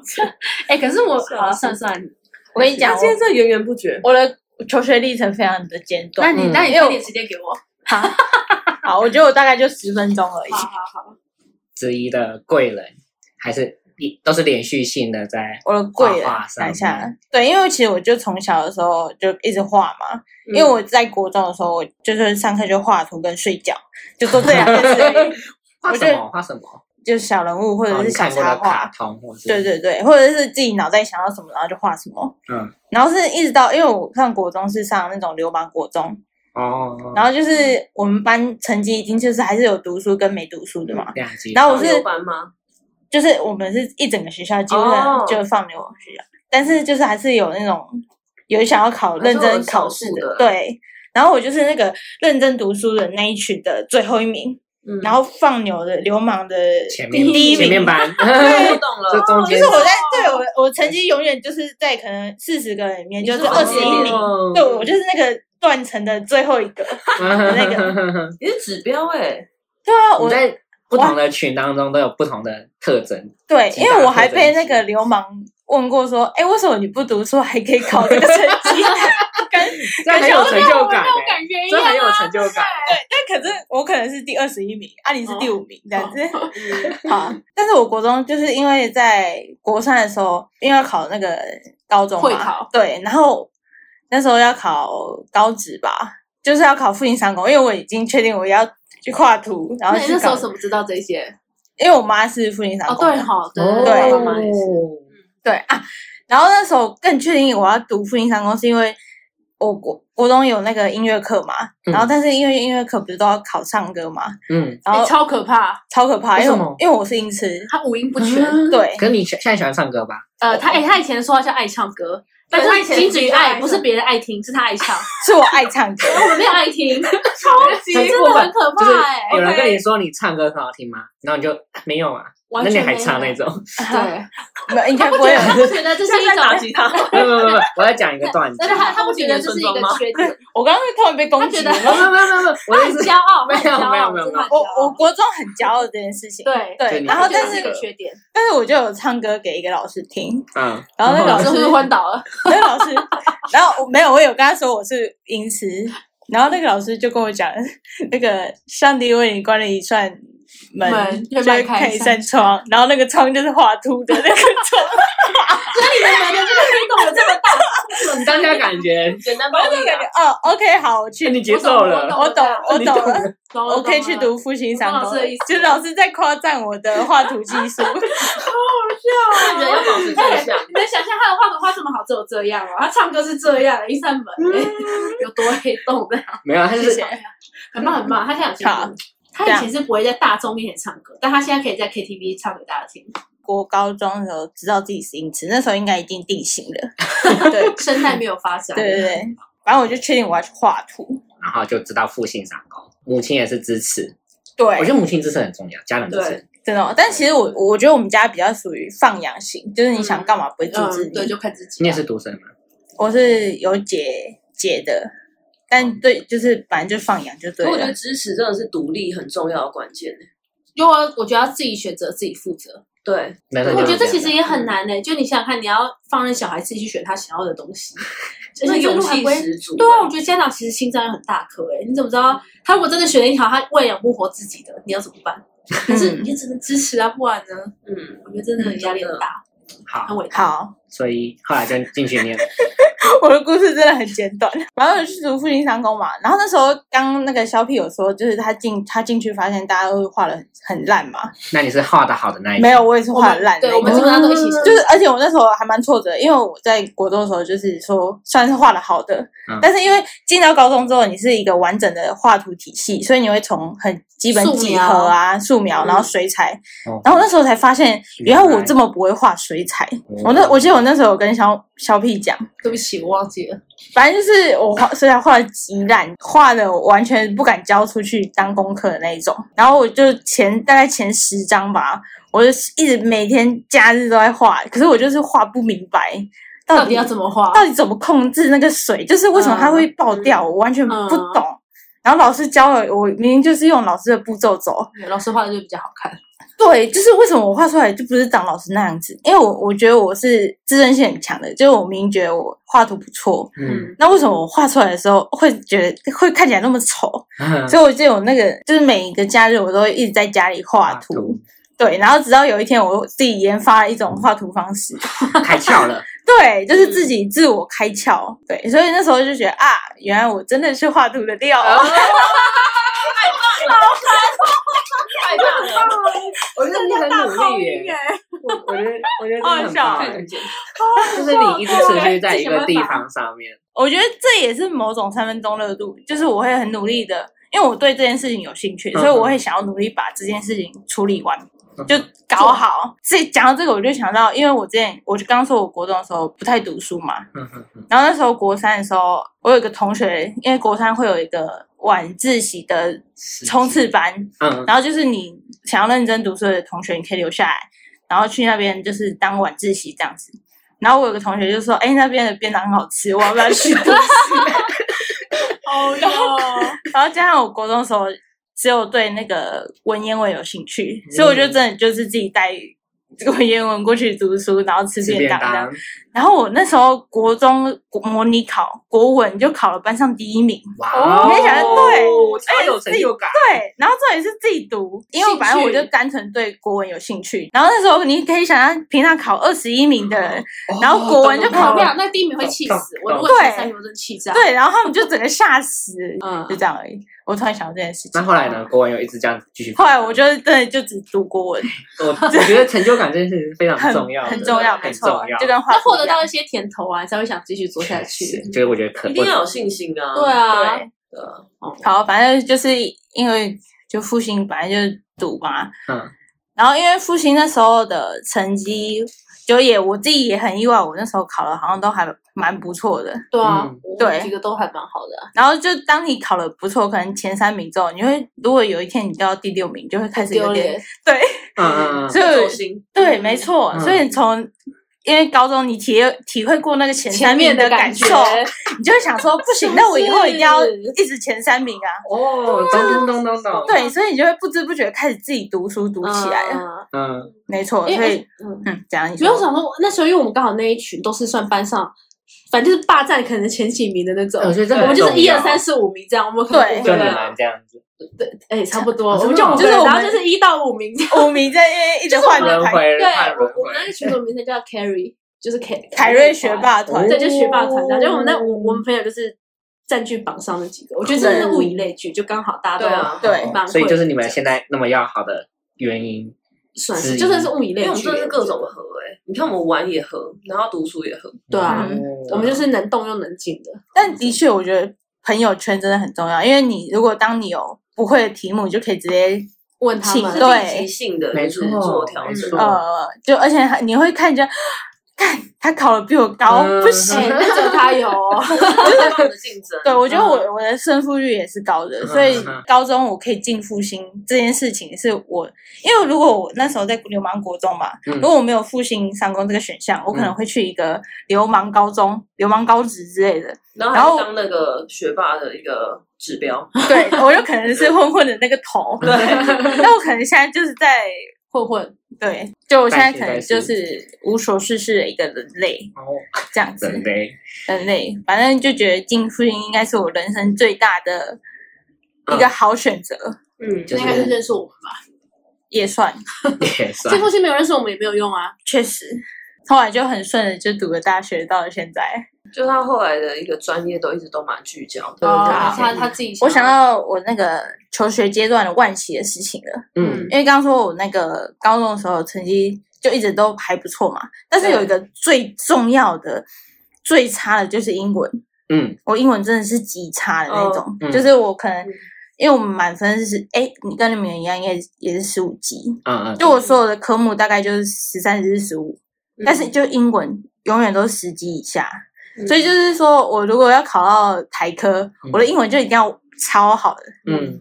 Speaker 3: 哎，可是我
Speaker 1: 笑死
Speaker 3: 好算算，
Speaker 6: 我跟你讲
Speaker 1: 他，今天这源源不绝。
Speaker 6: 我的求学历程非常的简
Speaker 3: 那
Speaker 6: 短。
Speaker 3: 你
Speaker 5: 嗯
Speaker 3: 那你分点时间给我。
Speaker 6: 好，我觉得我大概就十分钟而已。
Speaker 3: 好好好，
Speaker 5: 之一的贵人，还是一都是连续性的在
Speaker 6: 我的贵人
Speaker 5: 画画上
Speaker 6: 拿下来
Speaker 5: 面。
Speaker 6: 对，因为其实我就从小的时候就一直画嘛，
Speaker 1: 嗯
Speaker 6: 因为我在国中的时候，我就是上课就画图跟睡觉，就做这两件 事而已，
Speaker 5: 画
Speaker 6: 我
Speaker 5: 什
Speaker 6: 觉得
Speaker 5: 么画什么，
Speaker 6: 就是小人物或者
Speaker 5: 哦
Speaker 6: 是
Speaker 5: 你
Speaker 6: 小
Speaker 5: 看过
Speaker 6: 插
Speaker 5: 的
Speaker 6: 画。
Speaker 5: 卡通，或是
Speaker 6: 对对对，或者是自己脑袋想到什么，然后就画什么。
Speaker 5: 嗯
Speaker 6: 然后是一直到，因为我上国中是上那种流氓国中，
Speaker 5: 哦，
Speaker 6: 然后就是我们班成绩已经就是还是有读书跟没读书的嘛，
Speaker 5: 两集，
Speaker 6: 然后我是
Speaker 1: 自由嗯班吗？
Speaker 6: 就是我们是一整个学校几乎
Speaker 1: 哦
Speaker 6: 就放牛学校，但是就是还是有那种有想要考
Speaker 1: 还是
Speaker 6: 认真
Speaker 1: 有少
Speaker 6: 考试
Speaker 1: 数的
Speaker 6: 对。然后我就是那个认真读书的那一群的最后一名，
Speaker 1: 嗯，
Speaker 6: 然后放牛的流氓的
Speaker 5: 前
Speaker 6: 第一
Speaker 5: 面前
Speaker 6: 名
Speaker 5: 面， 班，
Speaker 1: 我懂
Speaker 5: 这
Speaker 1: 了，
Speaker 5: 中
Speaker 6: 就
Speaker 5: 间
Speaker 6: 是
Speaker 1: 哦
Speaker 6: 我在对我我成绩永远就是在可能四十个人里面
Speaker 1: 你
Speaker 6: 就是是二嗯十一
Speaker 1: 黄
Speaker 6: 名，
Speaker 5: 哦
Speaker 6: 对我就是那个断层的最后一个。那 个
Speaker 1: 你是指标哎，
Speaker 6: 对啊，我
Speaker 5: 你在不同的群当中都有不同的特征，
Speaker 6: 对，
Speaker 5: 几
Speaker 6: 因为
Speaker 5: 大
Speaker 6: 我还
Speaker 5: 特
Speaker 6: 被
Speaker 5: 征
Speaker 6: 那个流氓问过说，哎，为什么你不读书还可以考这个成绩？
Speaker 5: 这很有成就感欸，
Speaker 3: 觉
Speaker 5: 这很有成就感。
Speaker 6: 但 可是我可能是第二十一名，啊，你是第五名
Speaker 3: 哦
Speaker 6: 这样子。
Speaker 3: 嗯
Speaker 6: 好，但是我国中就是因为在国三的时候，因为要考那个高中嘛
Speaker 3: 会考，
Speaker 6: 对，然后那时候要考高职吧，就是要考复印三公，因为我已经确定我要去画图，然后
Speaker 3: 那你
Speaker 6: 去
Speaker 3: 那时
Speaker 6: 考
Speaker 3: 候，怎么知道这些？
Speaker 6: 因为我妈是复印三
Speaker 3: 哦，
Speaker 6: 公的，
Speaker 3: 对哈，啊对
Speaker 5: 欸
Speaker 6: 对
Speaker 3: 妈妈也是
Speaker 6: 对啊，然后那时候更确定我要读复印三公，是因为我国国中有那个音乐课嘛，
Speaker 5: 嗯
Speaker 6: 然后但是因为音乐课不是都要考唱歌嘛，
Speaker 5: 嗯，
Speaker 6: 然后
Speaker 3: 欸超可怕，
Speaker 6: 超可怕，因
Speaker 5: 为
Speaker 6: 为
Speaker 5: 什
Speaker 6: 我
Speaker 5: 么
Speaker 6: 因为我是音痴，
Speaker 3: 他五音不
Speaker 5: 啊
Speaker 3: 全。
Speaker 6: 对
Speaker 5: 可是你现现在喜欢唱歌吧？
Speaker 3: 呃，他哎，他以前说他叫爱唱歌，但
Speaker 4: 对他以
Speaker 3: 是
Speaker 4: 前
Speaker 3: 仅止于
Speaker 4: 是爱
Speaker 3: 爱，
Speaker 4: 唱
Speaker 3: 不是别人爱听，是他爱唱。
Speaker 6: 是我爱唱歌，
Speaker 3: 我们没有爱听，
Speaker 5: 很欸
Speaker 3: 真的很可
Speaker 5: 就是
Speaker 3: 怕哎。
Speaker 5: 有人跟你说你唱歌很好听吗？然后你就啊没有啊，
Speaker 3: 完
Speaker 5: 那
Speaker 3: 全
Speaker 5: 你还唱
Speaker 3: 没有
Speaker 5: 那种？
Speaker 3: 对，
Speaker 6: 没 有应该
Speaker 3: 他
Speaker 6: 不
Speaker 3: 不
Speaker 6: 会
Speaker 3: 觉
Speaker 6: 有
Speaker 3: 得，他不觉得这是一
Speaker 1: 现在打
Speaker 3: 种，
Speaker 1: 吉他，
Speaker 5: 不不不不，我要讲一个段子。
Speaker 3: 但是他他不觉得这是一个缺 点，
Speaker 6: 我刚刚突然被攻击
Speaker 3: 他觉
Speaker 5: 不
Speaker 6: 了
Speaker 5: 不。不不不，我
Speaker 3: 他
Speaker 5: 的意
Speaker 3: 很
Speaker 5: 思
Speaker 3: 骄傲，
Speaker 5: 没有
Speaker 3: 他很骄傲
Speaker 5: 没有没有
Speaker 3: 真的很
Speaker 6: 我
Speaker 3: 骄傲
Speaker 6: 我国中很骄傲这件事情，
Speaker 3: 对，
Speaker 5: 就
Speaker 6: 对，
Speaker 5: 你
Speaker 6: 然
Speaker 5: 觉
Speaker 6: 后
Speaker 5: 得
Speaker 6: 但
Speaker 3: 这
Speaker 5: 是
Speaker 3: 是一
Speaker 6: 是
Speaker 3: 个缺点，
Speaker 6: 但是我就有唱歌给一个老师听，
Speaker 5: 嗯，
Speaker 6: 然后那个
Speaker 3: 老
Speaker 6: 老
Speaker 3: 师
Speaker 6: 师
Speaker 3: 是不是 昏倒了？
Speaker 6: 那个老师，然后我没有，我有跟他说我是音痴，然后那个老师就跟我讲， 那个上帝为你关了一扇门，
Speaker 3: 门
Speaker 6: 就
Speaker 3: 慢慢
Speaker 6: 是
Speaker 3: 开
Speaker 6: 开
Speaker 3: 一
Speaker 6: 一
Speaker 3: 扇
Speaker 6: 扇窗，然后那个窗就是画图的那 个窗，
Speaker 3: 你们两个这个黑洞有这么大，
Speaker 5: 你当下感觉，
Speaker 1: 简单暴
Speaker 6: 然后就
Speaker 1: 力
Speaker 6: 感
Speaker 1: 啊
Speaker 6: 觉。哦，OK，好，我去，
Speaker 5: 你接受
Speaker 3: 我
Speaker 5: 了，
Speaker 6: 我懂，我
Speaker 5: 你
Speaker 6: 懂
Speaker 5: 懂
Speaker 6: 了，
Speaker 3: 懂了
Speaker 6: 我可以去。
Speaker 3: 懂了
Speaker 6: 读复兴三
Speaker 3: 我懂
Speaker 6: 公
Speaker 3: 老师的意，思
Speaker 6: 就是老师在夸赞我的画图技术，
Speaker 1: 人要保持正向。
Speaker 3: 你能想象他的画图画这么好，只有这样哦？他唱歌是这样的，一扇门、欸有多黑洞的，
Speaker 5: 没有，啊他
Speaker 6: 谢
Speaker 5: 是
Speaker 6: 谢。
Speaker 3: 很棒很棒。他现在有进步
Speaker 6: 好
Speaker 3: 他以前是不会在大众面前唱歌，但他现在可以在 KTV 唱给大家听，
Speaker 6: 国高中的时候知道自己是音痴，那时候应该已经定型 了， 对，
Speaker 3: 生态没有发展。
Speaker 6: 对对对，反正我就确定我要去画图。
Speaker 5: 然后就知道复兴三公，母亲也是支持。
Speaker 6: 对
Speaker 5: 我觉得母亲支持很重要，家人支持
Speaker 1: 对。
Speaker 6: 真的、哦，但其实我我觉得我们家比较属于放养型，就是你想干嘛不会阻止
Speaker 3: 嗯，
Speaker 6: 你。
Speaker 3: 对，就看自己。
Speaker 5: 你也是独生吗？
Speaker 6: 我是有姐姐的，但对，就是反正就放养就对啊
Speaker 1: 可我觉
Speaker 6: 了
Speaker 1: 得。支持真的是独立很重要的关键。欸
Speaker 3: 就我我觉得要自己选择，自己负责。
Speaker 1: 对，
Speaker 5: 男生
Speaker 3: 我
Speaker 5: 就
Speaker 3: 觉得
Speaker 5: 是
Speaker 3: 这其
Speaker 5: 样
Speaker 3: 实也
Speaker 5: 的
Speaker 3: 很难呢、欸就你想想看，你要放任小孩自己去选他想要的东 西，而
Speaker 1: 那
Speaker 3: 且这
Speaker 1: 勇
Speaker 3: 路还
Speaker 1: 气
Speaker 3: 不会
Speaker 1: 十足。
Speaker 3: 对啊，我觉得家长其实心脏也很大颗哎、你怎么知道他如果真的选了一条他喂养不活自己的，你要怎么办？
Speaker 6: 嗯
Speaker 3: 可是你也只能支持啊，不然呢？
Speaker 1: 嗯，
Speaker 3: 我觉得真的压力很大，很
Speaker 5: 好，
Speaker 3: 伟大。
Speaker 6: 嗯好，
Speaker 5: 所以后来就进去念。
Speaker 6: 我的故事真的很简短。然后我去读复兴三公嘛，然后那时候刚那个肖屁有说，就是他进他进去发现大家都画的很烂嘛，
Speaker 5: 那你是画的好的那一
Speaker 6: 没
Speaker 5: 个
Speaker 6: 有，我也是
Speaker 3: 哎我
Speaker 6: 画
Speaker 3: 们
Speaker 6: 的烂的
Speaker 3: 对，
Speaker 6: 那
Speaker 3: 我
Speaker 6: 一个
Speaker 3: 们基。本上都一起成
Speaker 6: 就是，而且我那时候还蛮挫折的，因为我在国中的时候，就是说虽然是画的好的，
Speaker 5: 嗯
Speaker 6: 但是因为进到高中之后，你是一个完整的画图体系，所以你会从很基本
Speaker 3: 素描嗯
Speaker 6: 几何啊、素描，然后水彩，
Speaker 5: 哦
Speaker 6: 然后我那时候才发现，
Speaker 5: 原
Speaker 6: 原
Speaker 5: 来
Speaker 6: 来我这么不会画水彩。
Speaker 5: 哦
Speaker 6: 我那我记得我那时候有跟小小屁讲，
Speaker 4: 对不起，我忘记了。
Speaker 6: 反正就是我画，虽然画的极烂，画的完全不敢交出去当功课的那一种。然后我就前大概前十张吧，我就一直每天假日都在画，可是我就是画不明白到底
Speaker 4: 到底要怎么嗯画？
Speaker 6: 到底怎么控制那个水，就是为什么它会爆掉，我完全不
Speaker 4: 嗯
Speaker 6: 懂。然后老师教了我，明明就是用老师的步骤走，
Speaker 4: 老师画的就比较好看。
Speaker 6: 对，就是为什么我画出来就不是长老师那样子？因为我我觉得我是自尊心很强的，就是我明明觉得我画图不错，
Speaker 5: 嗯，
Speaker 6: 那为什么我画出来的时候会觉得会看起来那么丑？
Speaker 3: 嗯
Speaker 6: 所以我就有那个，就是每一个假日我都会一直在家里画
Speaker 5: 画
Speaker 6: 图
Speaker 5: 图，
Speaker 6: 对，然后直到有一天我自己研发了一种画图方式，
Speaker 5: 开窍 了，
Speaker 6: 对，就是自己自我开窍，对，所以那时候就觉得啊，原来我真的是画图的料
Speaker 5: 哦
Speaker 6: 啊，
Speaker 1: 太棒了！我觉得你很努力耶，
Speaker 5: 我我觉得我觉得真 的很棒
Speaker 6: 好笑
Speaker 5: 欸， 就是你一直持续在一个地方上面，
Speaker 6: 我觉得这也是某种三分钟热度，就是我会很努力的，因为我对这件事情有兴趣，
Speaker 5: 嗯
Speaker 6: 所以我会想要努力把这件事情处理完，
Speaker 5: 嗯
Speaker 6: 就搞好。这讲到这个，我就想到，因为我之前我就刚说，我国中的时候不太读书嘛，
Speaker 5: 嗯哼哼
Speaker 6: 然后那时候国三的时候，我有一个同学，因为国三会有一个晚自习的冲刺班，
Speaker 5: 嗯，
Speaker 6: 然后就是你想要认真读书的同学，你可以留下来，然后去那边就是当晚自习这样子。然后我有个同学就说：“哎，那边的便当很好吃，我要不要去 读
Speaker 4: 哦哟，
Speaker 6: 然后加上我国中的时候，只有对那个文言文有兴趣，所以我就真的就是自己带这个文言文过去读书，然后吃
Speaker 5: 吃
Speaker 6: 便
Speaker 5: 便
Speaker 6: 当这
Speaker 5: 当
Speaker 6: 样。，然后我那时候国中国模拟考国文就考了班上第一名，
Speaker 5: 哇
Speaker 6: 我
Speaker 5: 哦，
Speaker 6: 没想到对哎
Speaker 5: 超有成就感，
Speaker 6: 对，然后这也是自己读，因为反正我就单纯对国文有兴趣。然后那时候你可以想象，平常考二十一名的人，然后国文就
Speaker 4: 考
Speaker 6: 考
Speaker 4: 不
Speaker 6: 不
Speaker 4: 了，
Speaker 6: 了，
Speaker 4: 那第一名会气死我。如果
Speaker 6: 对
Speaker 4: 前三名，我真的气炸。
Speaker 6: 对，然后他们就整个吓死，
Speaker 4: 嗯
Speaker 6: 就这样而已。我突然想到这件事情
Speaker 5: 那，后来呢？国文有一直这样继续。
Speaker 6: 后来我就真的就只读国文。
Speaker 5: 我我觉得成就感这件事情是非常
Speaker 6: 很
Speaker 5: 重要的，
Speaker 6: 很重要，没
Speaker 5: 很
Speaker 6: 错
Speaker 5: 重要，，
Speaker 6: 就跟画
Speaker 3: 要
Speaker 6: 图
Speaker 3: 获
Speaker 6: 一
Speaker 3: 得
Speaker 6: 样
Speaker 3: 到一些甜头啊，才会想继续做下去。
Speaker 5: 是就是我觉得可
Speaker 1: 一定要有信心啊！
Speaker 3: 对啊，
Speaker 6: 对，
Speaker 1: 对啊，
Speaker 6: 好，反正就是因为就复兴本来就是赌嘛，
Speaker 5: 嗯，
Speaker 6: 然后因为复兴那时候的成绩，就也我自己也很意外，我那时候考的好像都还蛮不错的。
Speaker 4: 对啊
Speaker 5: 嗯，
Speaker 3: 我
Speaker 6: 对
Speaker 3: 几个都还蛮好的啊。
Speaker 6: 然后就当你考的不错，可能前三名之后，你会如果有一天你掉到第六名，就会开始有
Speaker 3: 丢
Speaker 6: 点
Speaker 3: 脸，
Speaker 6: 对，
Speaker 5: 嗯嗯嗯，
Speaker 6: 所以
Speaker 1: 有心，
Speaker 6: 对，没错，
Speaker 5: 嗯
Speaker 6: 所以从。因为高中你体会体会过那个前
Speaker 4: 前
Speaker 6: 三名
Speaker 4: 面的
Speaker 6: 感
Speaker 4: 感觉
Speaker 6: 受，你就会想说不行，那我以后一定要一直前三名啊。
Speaker 5: 哦，咚咚咚咚咚，
Speaker 6: 对，所以你就会不知不觉开始自己读书读起来了。
Speaker 3: 嗯
Speaker 5: 嗯，
Speaker 6: 没错，
Speaker 4: 因
Speaker 6: 所
Speaker 4: 为
Speaker 6: 以
Speaker 4: 嗯，
Speaker 6: 嗯，讲你
Speaker 4: 不用想说，那时候因为我们刚好那一群都是算班上，反正就是霸占可能前几名的那种。
Speaker 5: 我觉得这个
Speaker 4: 我们就是
Speaker 5: 呃很重
Speaker 4: 一
Speaker 5: 要
Speaker 4: 二三，四五名这样，我们可能
Speaker 6: 对
Speaker 4: 五
Speaker 5: 就
Speaker 4: 个
Speaker 5: 很
Speaker 4: 人，
Speaker 5: 难这样子
Speaker 4: 哎，差不多，
Speaker 5: 真的
Speaker 4: 我们就
Speaker 5: 哦
Speaker 4: 五个
Speaker 6: 就是
Speaker 4: 人，
Speaker 6: 我
Speaker 4: 然
Speaker 6: 们
Speaker 4: 后就是一到五名这样。
Speaker 6: 五名在因为一直换
Speaker 5: 轮
Speaker 6: 的排
Speaker 5: 回，
Speaker 4: 对，
Speaker 5: 换轮
Speaker 4: 我我们
Speaker 5: 回
Speaker 4: 那个群组名称叫 Carry，就是凯
Speaker 6: 凯瑞学霸团
Speaker 5: 哦，
Speaker 4: 对，就学霸团这样。就我们那我我们朋友就是占据榜上的几个，我觉得真的是物以类聚，就刚好大家
Speaker 1: 对
Speaker 4: 都
Speaker 1: 啊，
Speaker 6: 对
Speaker 4: 蛮会
Speaker 5: 所以就是你们现在那么要好的原因，
Speaker 4: 算
Speaker 5: 之
Speaker 4: 是
Speaker 5: 一
Speaker 4: 就算是物以
Speaker 1: 因
Speaker 4: 类
Speaker 3: 啊
Speaker 1: 为我们
Speaker 4: 聚
Speaker 1: 真，的是各种合哎，你看我们玩也合，然后读书也合，
Speaker 4: 对啊
Speaker 5: 嗯
Speaker 4: 我们就是能动又能静的。
Speaker 6: 但的确，我觉得朋友圈真的很重要，因为你如果当你有不会的题目，你就可以直接
Speaker 4: 问他
Speaker 6: 请
Speaker 3: 啊
Speaker 4: 们，
Speaker 6: 对
Speaker 1: 积极性的，
Speaker 5: 没
Speaker 1: 就
Speaker 5: 错
Speaker 1: 是做调
Speaker 5: 没
Speaker 1: 整
Speaker 5: 错。
Speaker 6: 呃，就而且还你会看着，看他考的比我高，
Speaker 5: 嗯
Speaker 6: 不行。
Speaker 4: 哎，那只有他有哦，
Speaker 1: 很棒的竞争。
Speaker 6: 对，我觉得我、我的胜负率也是高的，所以
Speaker 5: 嗯嗯嗯
Speaker 6: 高中我可以进复兴这件事情是我，因为如果我那时候在流氓国中嘛，
Speaker 5: 嗯
Speaker 6: 如果我没有复兴商工这个选项，我可能会去一个流氓高中、流氓高职之类的。
Speaker 1: 然后还是当那个学霸的一个指标，
Speaker 6: 对，我有可能是混混的那个 头。对，那我可能现在就是在
Speaker 4: 混混。
Speaker 6: 对，就我现在可能
Speaker 5: 在世在
Speaker 6: 就
Speaker 5: 世
Speaker 6: 是无所事事的一个人类
Speaker 5: 哦
Speaker 6: 这样子，
Speaker 5: 人类
Speaker 6: 人类，反正就觉得进复兴应该是我人生最大的一个
Speaker 5: 嗯
Speaker 6: 好选择，
Speaker 1: 嗯，
Speaker 5: 就
Speaker 4: 那应该是
Speaker 5: 是
Speaker 4: 认识我们吧？
Speaker 6: 也算。
Speaker 5: 也
Speaker 4: 这
Speaker 5: 算
Speaker 4: 封信没有认识我们也没有用啊。
Speaker 6: 确实，后来就很顺的就读了大学，到了现在。
Speaker 1: 就他后来的一个专业都一直都蛮聚焦的。
Speaker 4: 哦
Speaker 1: 对啊
Speaker 3: 啊
Speaker 4: 他他自己，
Speaker 6: 我想到我那个求学阶段的万喜的事情了，
Speaker 5: 嗯
Speaker 6: 因为刚刚说我那个高中的时候成绩就一直都还不错嘛，但是有一个最重要的、最差的就是英文，
Speaker 5: 嗯
Speaker 6: 我英文真的是极差的那种，
Speaker 5: 嗯
Speaker 6: 就是我可能
Speaker 1: 嗯
Speaker 6: 因为我们满分是哎、你跟你们一样，应该也是十五级，
Speaker 5: 嗯嗯，嗯
Speaker 6: 就我所有的科目大概就是十三、十四、十五，但是就英文永远都是十级以下，
Speaker 1: 嗯
Speaker 6: 所以就是说我如果要考到台科，我的英文就一定要超好的。
Speaker 5: 嗯，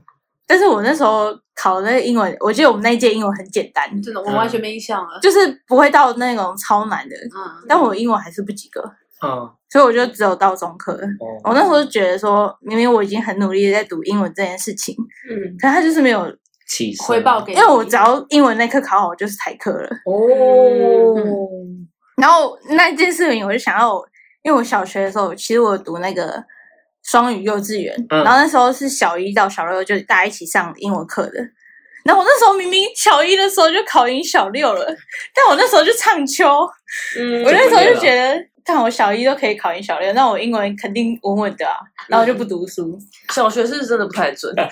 Speaker 6: 但是我那时候考的那个英文，我记得我们那一届英文很简单，
Speaker 4: 真的我完全没印象了。
Speaker 6: 就是不会到那种超难的，
Speaker 4: 嗯，
Speaker 6: 但我英文还是不及格，
Speaker 5: 哦，
Speaker 6: 所以我就只有到中科。我
Speaker 5: 哦，
Speaker 6: 那时候就觉得说，明明我已经很努力的在读英文这件事情，
Speaker 1: 嗯，
Speaker 6: 可是他就是没有，
Speaker 5: 起身
Speaker 4: 回报给
Speaker 6: 因为哎我只要英文那科考好，我就是台科了。
Speaker 5: 哦，
Speaker 6: 然后那件事情，我就想到我，因为我小学的时候，其实我读那个双语幼稚园，
Speaker 5: 嗯
Speaker 6: 然后那时候是小一到小六就大家一起上英文课的。然后我那时候明明小一的时候就考赢小六了，但我那时候就唱秋， 我
Speaker 1: 嗯
Speaker 6: 那时候就觉得，看我小一都可以考赢小六，那我英文肯定稳稳的啊，然后我就不读 书。
Speaker 1: 嗯小学是真的不太准，
Speaker 4: 对啊，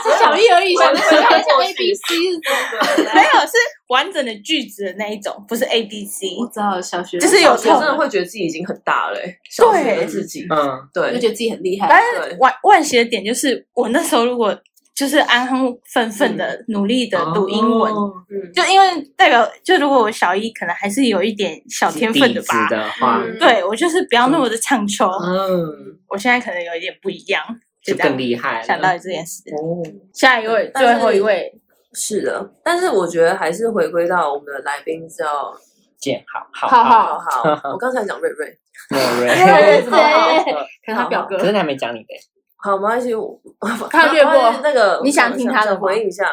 Speaker 4: 是小一而已，小一
Speaker 1: 我也
Speaker 4: 小
Speaker 1: 没
Speaker 4: 一
Speaker 1: 想过
Speaker 4: A B C 是真的。
Speaker 6: 没有，是完整的句子的那一种，不是 A B C。
Speaker 4: 我知道小学
Speaker 6: 就是有
Speaker 1: 小学真
Speaker 6: 痛
Speaker 1: 的会觉得自己已经很大了、欸，小学的自己，
Speaker 5: 嗯，
Speaker 1: 对
Speaker 4: 就，觉得自己很厉害，
Speaker 6: 反
Speaker 1: 对
Speaker 6: 正万万喜的点就是，我那时候如果就是安安分分的、努力的读英文，
Speaker 5: 哦
Speaker 1: 嗯，
Speaker 6: 就因为代表，就如果我小一可能还是有一点小天分
Speaker 5: 底子
Speaker 6: 吧。
Speaker 5: 的话，
Speaker 1: 嗯
Speaker 6: 对我就是不要那么的唱秋，
Speaker 5: 嗯，
Speaker 6: 我现在可能有一点不一样，
Speaker 5: 就
Speaker 6: 这样
Speaker 5: 更厉害了。
Speaker 6: 想到这件事。
Speaker 5: 哦，
Speaker 6: 嗯下一位，
Speaker 1: 但是
Speaker 6: 最后一位，
Speaker 1: 是的，但是我觉得还是回归到我们的来宾叫
Speaker 5: 建好，好
Speaker 4: 浩浩
Speaker 1: 好好，我刚才讲瑞瑞，
Speaker 5: 莫
Speaker 4: 瑞
Speaker 5: 瑞，
Speaker 4: 瑞看他表哥
Speaker 5: 可，是你还没讲你的，
Speaker 1: 好，没关系，我
Speaker 4: 他略过
Speaker 1: 没关系那个，
Speaker 6: 你想听他的吗
Speaker 1: 我想回应一下。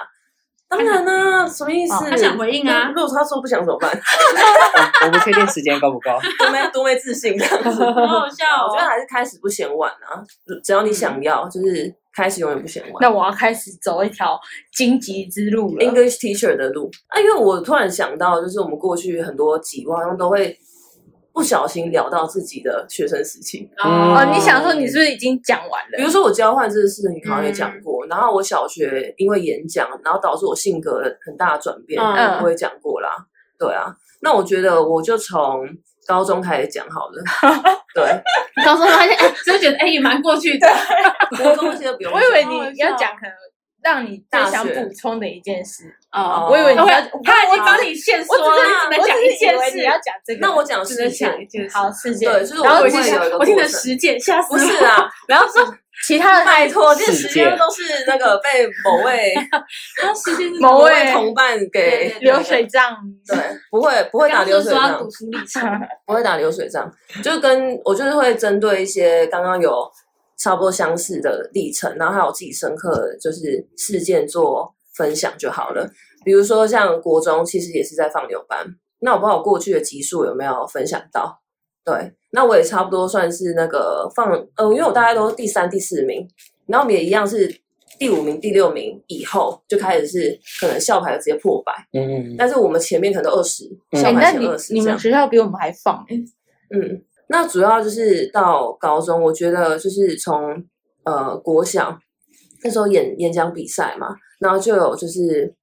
Speaker 1: 当然啦、什么意思？
Speaker 6: 哦
Speaker 4: 他想回应啊
Speaker 1: 那如果他说不想怎么办？
Speaker 5: 我我不确定时间够不够。
Speaker 1: 多没多没自信这 样子。
Speaker 4: 很好笑哦
Speaker 1: 我觉得还是开始不嫌晚啊，只要你想要，就是开始永远不嫌晚。
Speaker 6: 那我要开始走一条荆棘之路了。
Speaker 1: English teacher 的路啊，因为我突然想到，就是我们过去很多集，我好像都会不小心聊到自己的学生时期。
Speaker 6: 哦，你想说你是不是已经讲完
Speaker 1: 比
Speaker 6: 了？
Speaker 1: 如说我交换这个事情，好像也
Speaker 4: 嗯
Speaker 1: 讲过。然后我小学因为演讲，然后导致我性格很大的转变，
Speaker 4: 嗯
Speaker 1: 我也讲过啦。对啊，那我觉得我就从高中开始讲好了。 对，
Speaker 4: 到时候发现，哎，就觉得哎，也蛮过去的。
Speaker 1: 高中那些都不用
Speaker 6: 我
Speaker 1: 讲。
Speaker 6: 以为你要讲可能让你最想
Speaker 1: 大学
Speaker 6: 补充的一一件事。
Speaker 1: 哦
Speaker 4: 哦，
Speaker 6: 我以为你要，
Speaker 1: 我
Speaker 6: 他已
Speaker 4: 经帮你
Speaker 6: 现
Speaker 4: 说了
Speaker 6: 我只
Speaker 4: 只能讲一
Speaker 6: 是以
Speaker 4: 件
Speaker 6: 为
Speaker 4: 事
Speaker 6: 你要讲这个。
Speaker 1: 那我讲
Speaker 4: 只
Speaker 1: 事
Speaker 4: 能
Speaker 1: 情，
Speaker 4: 想一件事。
Speaker 6: 好事件，
Speaker 1: 对，就是我
Speaker 6: 然后
Speaker 1: 会
Speaker 6: 其
Speaker 1: 有一
Speaker 6: 他
Speaker 1: 个
Speaker 4: 我听
Speaker 1: 过
Speaker 4: 了
Speaker 1: 程。
Speaker 4: 实践，吓死
Speaker 1: 不
Speaker 4: 我！
Speaker 1: 是啊，
Speaker 6: 然后说其他的
Speaker 1: 拜托，这些时
Speaker 5: 世界
Speaker 1: 间都是那个被某 位
Speaker 4: 他实践是
Speaker 6: 某
Speaker 1: 某
Speaker 6: 位
Speaker 1: 位同伴给
Speaker 4: 对
Speaker 6: 流水账，
Speaker 1: 对，不会不会打流水
Speaker 4: 刚刚
Speaker 1: 仗
Speaker 4: 不，是说要赌福利
Speaker 1: 不会打流水仗，就跟我就是会针对一些刚刚有差不多相似的历程，然后还有自己深刻的就是事件做分享就好了。比如说像国中，其实也是在放牛班，那我不知道我过去的集数有没有分享到。对，那我也差不多算是那个放，呃，因为我大概都是第三、第四名，然后我们也一样是第五名、第六名以后就开始是可能校牌直接破百，
Speaker 5: 嗯，
Speaker 1: 但是我们前面可能二十，
Speaker 5: 嗯
Speaker 1: 校
Speaker 5: 哎
Speaker 1: 牌
Speaker 6: 那
Speaker 1: 前
Speaker 6: 你
Speaker 1: 二十
Speaker 6: 你
Speaker 1: 这样
Speaker 6: 们。学校比我们还放哎，
Speaker 1: 嗯，那主要就是到高中，我觉得就是从呃国小那时候演演讲比赛嘛，然后就有就是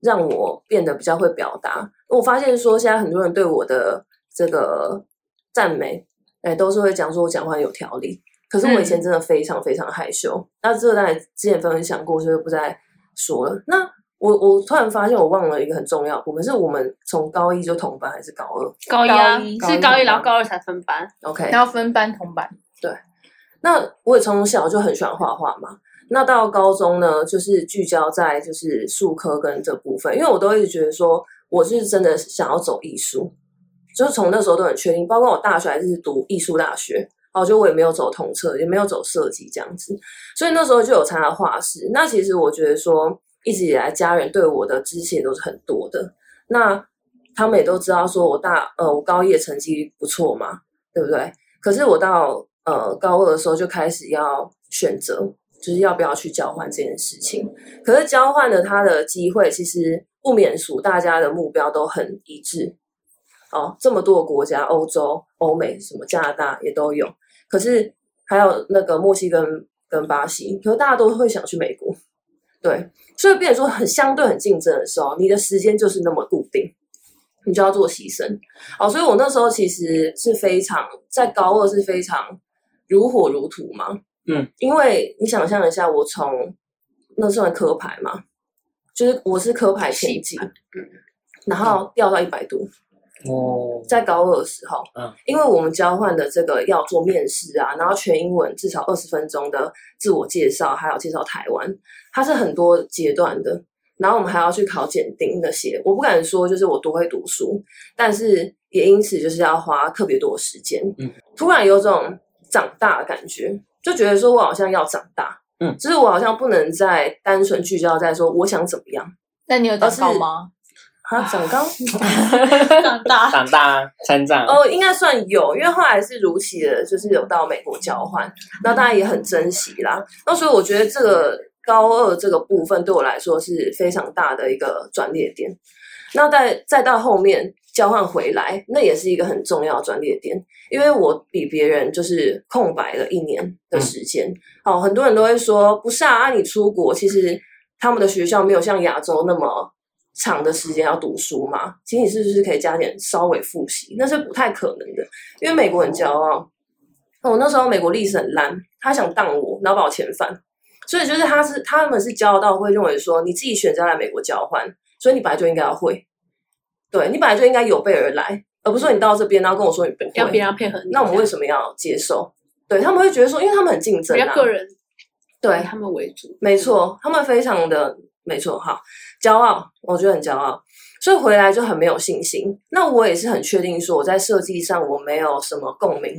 Speaker 1: 让我变得比较会表达。我发现说现在很多人对我的这个赞美，哎，都是会讲说我讲话有条理。可是我以前真的非常非常害羞，那这个当然之前分享过，所以就不再说了。那我我突然发现我忘了一个很重要的部分，是我们从高一就同班还是高二
Speaker 4: 高一啊，是
Speaker 1: 高
Speaker 4: 高
Speaker 1: 一
Speaker 4: 一，然后高二才分班。
Speaker 1: ？OK，
Speaker 6: 然后分班同班，
Speaker 1: 那我也从小就很喜欢画画嘛。那到高中呢，就是聚焦在就是术科跟这部分，因为我都一直觉得说我是真的想要走艺术，就是从那时候都很确定，包括我大学还是读艺术大学，哦，就我也没有走统测，也没有走设计这样子，所以那时候就有参加画室。那其实我觉得说，一直以来家人对我的支持也都是很多的，那他们也都知道说我大呃我高一的成绩不错嘛，对不对？可是我到呃高二的时候就开始要选择，就是要不要去交换这件事情。可是交换的它的机会其实不免俗，大家的目标都很一致。哦，这么多个国家，欧洲、欧美，什么加拿大也都有。可是还有那个墨西哥跟跟巴西，可是大家都会想去美国。对，所以变成说很相对很竞争的时候，你的时间就是那么固定，你就要做牺牲。哦，所以我那时候其实是非常在高二是非常如火如荼嘛。
Speaker 5: 嗯，
Speaker 1: 因为你想象一下，我从那算科牌嘛，就是我是科牌前几，嗯，然后掉到一百多，
Speaker 5: 哦，
Speaker 1: 在高二的时候，
Speaker 5: 嗯
Speaker 1: 因为我们交换的这个要做面试啊，然后全英文至少二十分钟的自我介绍，还有介绍台湾，它是很多阶段的。然后我们还要去考检定那些，我不敢说就是我多会读书，但是也因此就是要花特别多的时间。
Speaker 5: 嗯，
Speaker 1: 突然有种长大的感觉，就觉得说我好像要长大。
Speaker 5: 嗯
Speaker 1: 就是我好像不能再单纯聚焦在说我想怎么样，
Speaker 6: 那你有
Speaker 1: 而
Speaker 6: 长
Speaker 1: 是
Speaker 6: 高吗？
Speaker 1: 啊，长高。
Speaker 6: 长大，
Speaker 5: 长大成长，
Speaker 1: 哦，应该算有，因为后来是如期的，就是有到美国交换，那大家也很珍惜啦。那所以我觉得这个高二这个部分对我来说是非常大的一个转捩点。那再再到后面交换回来，那也是一个很重要的转捩点，因为我比别人就是空白了一年的时间。哦，很多人都会说，不是啊，啊你出国其实他们的学校没有像亚洲那么长的时间要读书嘛，其实你是不是可以加点稍微复习？那是不太可能的，因为美国很骄傲。我、那时候美国历史很烂，他想当我，然后把我遣返，所以就是他是他们是骄傲到会认为说你自己选择来美国交换，所以你本来就应该要会，对你本来就应该有备而来，而不是说你到这边然后跟我说你不会，
Speaker 3: 要别人要配合你。
Speaker 1: 那我们为什么要接受？对他们会觉得说，因为他们很竞
Speaker 3: 这
Speaker 1: 争
Speaker 3: 样
Speaker 1: 啊
Speaker 3: 比较，个人，
Speaker 1: 对，
Speaker 3: 他们为主，
Speaker 1: 没错，他们非常的没错，好骄傲，我觉得很骄傲，所以回来就很没有信心。那我也是很确定说，我在设计上我没有什么共鸣，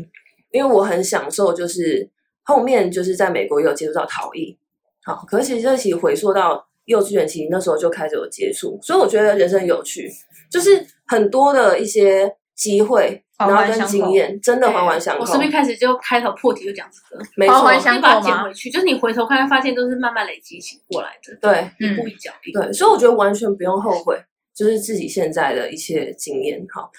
Speaker 1: 因为我很享受，就是后面就是在美国也有接触到陶艺，好，可是其实这其实回溯到幼稚园，其实那时候就开始有接触，所以我觉得人生很有趣，就是很多的一些机会，
Speaker 6: 环
Speaker 1: 然
Speaker 6: 环
Speaker 1: 后跟
Speaker 6: 相
Speaker 1: 经
Speaker 6: 扣
Speaker 1: 验真的环环相
Speaker 3: 我
Speaker 1: 扣
Speaker 3: 是不，是一开始就开头破题就讲这个？
Speaker 1: 没
Speaker 6: 环
Speaker 1: 错
Speaker 6: 环，相
Speaker 3: 先把它
Speaker 6: 扣
Speaker 3: 捡
Speaker 6: 吗
Speaker 3: 回去，就是你回头看，发现都是慢慢累积起过来的，
Speaker 1: 对。
Speaker 6: 嗯
Speaker 3: 一步一脚印。
Speaker 1: 对，所以我觉得完全不用后悔，就是自己现在的一切经验。好，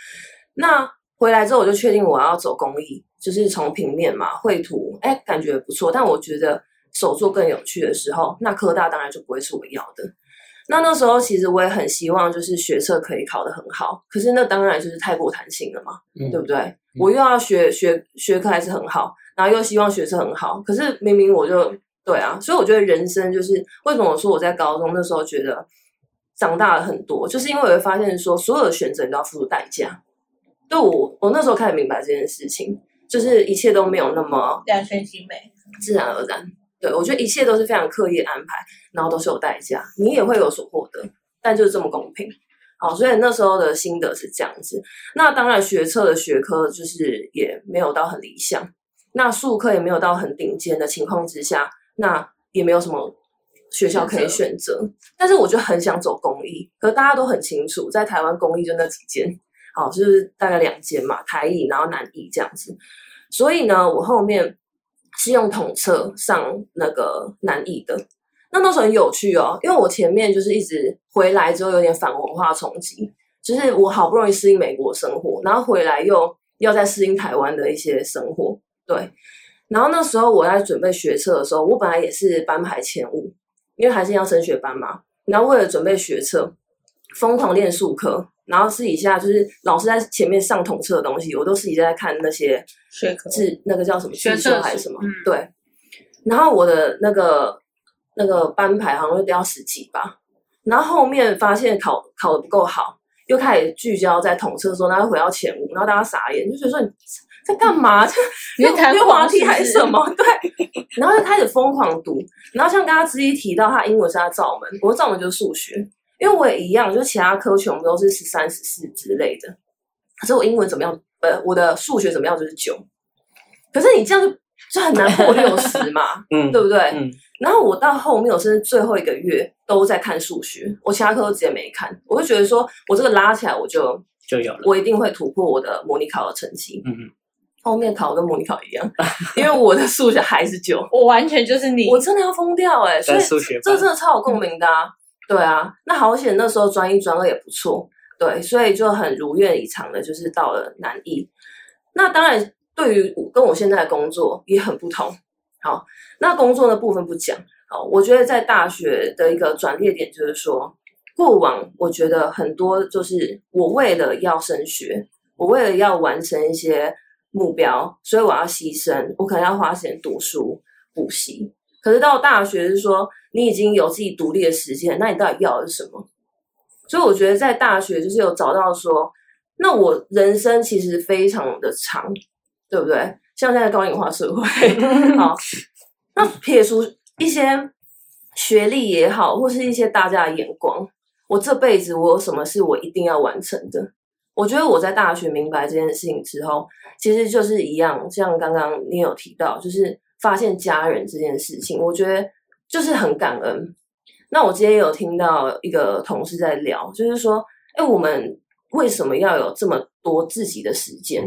Speaker 1: 那回来之后我就确定我要走工艺，就是从平面嘛绘图，哎，感觉不错，但我觉得手作更有趣的时候，那科大当然就不会是我要的。那那时候其实我也很希望，就是学测可以考得很好，可是那当然就是太过弹性了嘛。
Speaker 5: 嗯
Speaker 1: 对不对？我又要学学学科还是很好，然后又希望学生很好，可是明明我就对啊，所以我觉得人生就是为什么我说我在高中那时候觉得长大了很多，就是因为我会发现说所有的选择你都要付出代价。对我，我那时候开始明白这件事情，就是一切都没有那么
Speaker 6: 两全其美。
Speaker 1: 自然而然。对我觉得一切都是非常刻意的安排，然后都是有代价，你也会有所获得，但就是这么公平。好，所以那时候的心得是这样子。那当然，学测的学科就是也没有到很理想，那术科也没有到很顶尖的情况之下，那也没有什么学校可以选择。但是我就很想走公益，可是大家都很清楚，在台湾公益就那几间，好，就是大概两间嘛，台艺然后南艺这样子。所以呢，我后面是用统测上那个南艺的。那那时候很有趣哦，因为我前面就是一直回来之后有点反文化冲击，就是我好不容易适应美国生活，然后回来又要再适应台湾的一些生活，对。然后那时候我在准备学测的时候，我本来也是班排前五，因为还是要升学班嘛。然后为了准备学测，疯狂练数科，然后私底下就是老师在前面上统测的东西，我都私底下在看那些
Speaker 6: 学科
Speaker 1: 自那个叫什么
Speaker 3: 学
Speaker 1: 自
Speaker 3: 测
Speaker 1: 修还
Speaker 3: 是
Speaker 1: 是什么？
Speaker 3: 嗯
Speaker 1: 对。然后我的那个那个班牌好像就掉十几吧，然后后面发现考考的不够好，又开始聚焦在统测的时候，然后回到前五，然后大家傻眼，就觉得说你在干嘛？
Speaker 6: 你在弹
Speaker 1: 溜滑
Speaker 6: 簧是
Speaker 1: 梯
Speaker 6: 不
Speaker 1: 还是
Speaker 6: 是
Speaker 1: 什么？对。然后就开始疯狂读，然后像刚刚之一提到，他英文是他照门，我的照门就是数学，因为我也一样，就其他科全部都是十三、十四之类的，可是我英文怎么样？呃，我的数学怎么样就是九，可是你这样就就很难过六十嘛，
Speaker 5: 嗯
Speaker 1: 对不对？
Speaker 5: 嗯
Speaker 1: 然后我到后面，我甚至最后一个月都在看数学，我其他科都直接没看，我就觉得说我这个拉起来，我就
Speaker 5: 就有了，
Speaker 1: 我一定会突破我的模拟考的成绩。
Speaker 5: 嗯嗯，
Speaker 1: 后面考跟模拟考一样，因为我的数学还是 九，
Speaker 6: 我完全就是你
Speaker 1: 我真的要疯掉哎、所
Speaker 5: 在
Speaker 1: 以
Speaker 5: 数学
Speaker 1: 这
Speaker 5: 班
Speaker 1: 真的超有共鸣的、啊。对啊，那好险那时候专一专二也不错，对，所以就很如愿以偿的，就是到了南艺。那当然，对于我跟我现在的工作也很不同。好，那工作的部分不讲。好，我觉得在大学的一个转捩点就是说，过往我觉得很多就是我为了要升学，我为了要完成一些目标，所以我要牺牲，我可能要花时间读书补习。可是到大学是说，你已经有自己独立的时间，那你到底要的是什么？所以我觉得在大学就是有找到说，那我人生其实非常的长，对不对？像现在高龄化社会，好，那撇除一些学历也好，或是一些大家的眼光，我这辈子我有什么是我一定要完成的？我觉得我在大学明白这件事情之后，其实就是一样，像刚刚你有提到，就是发现家人这件事情，我觉得就是很感恩。那我今天有听到一个同事在聊，就是说，哎，我们为什么要有这么多自己的时间？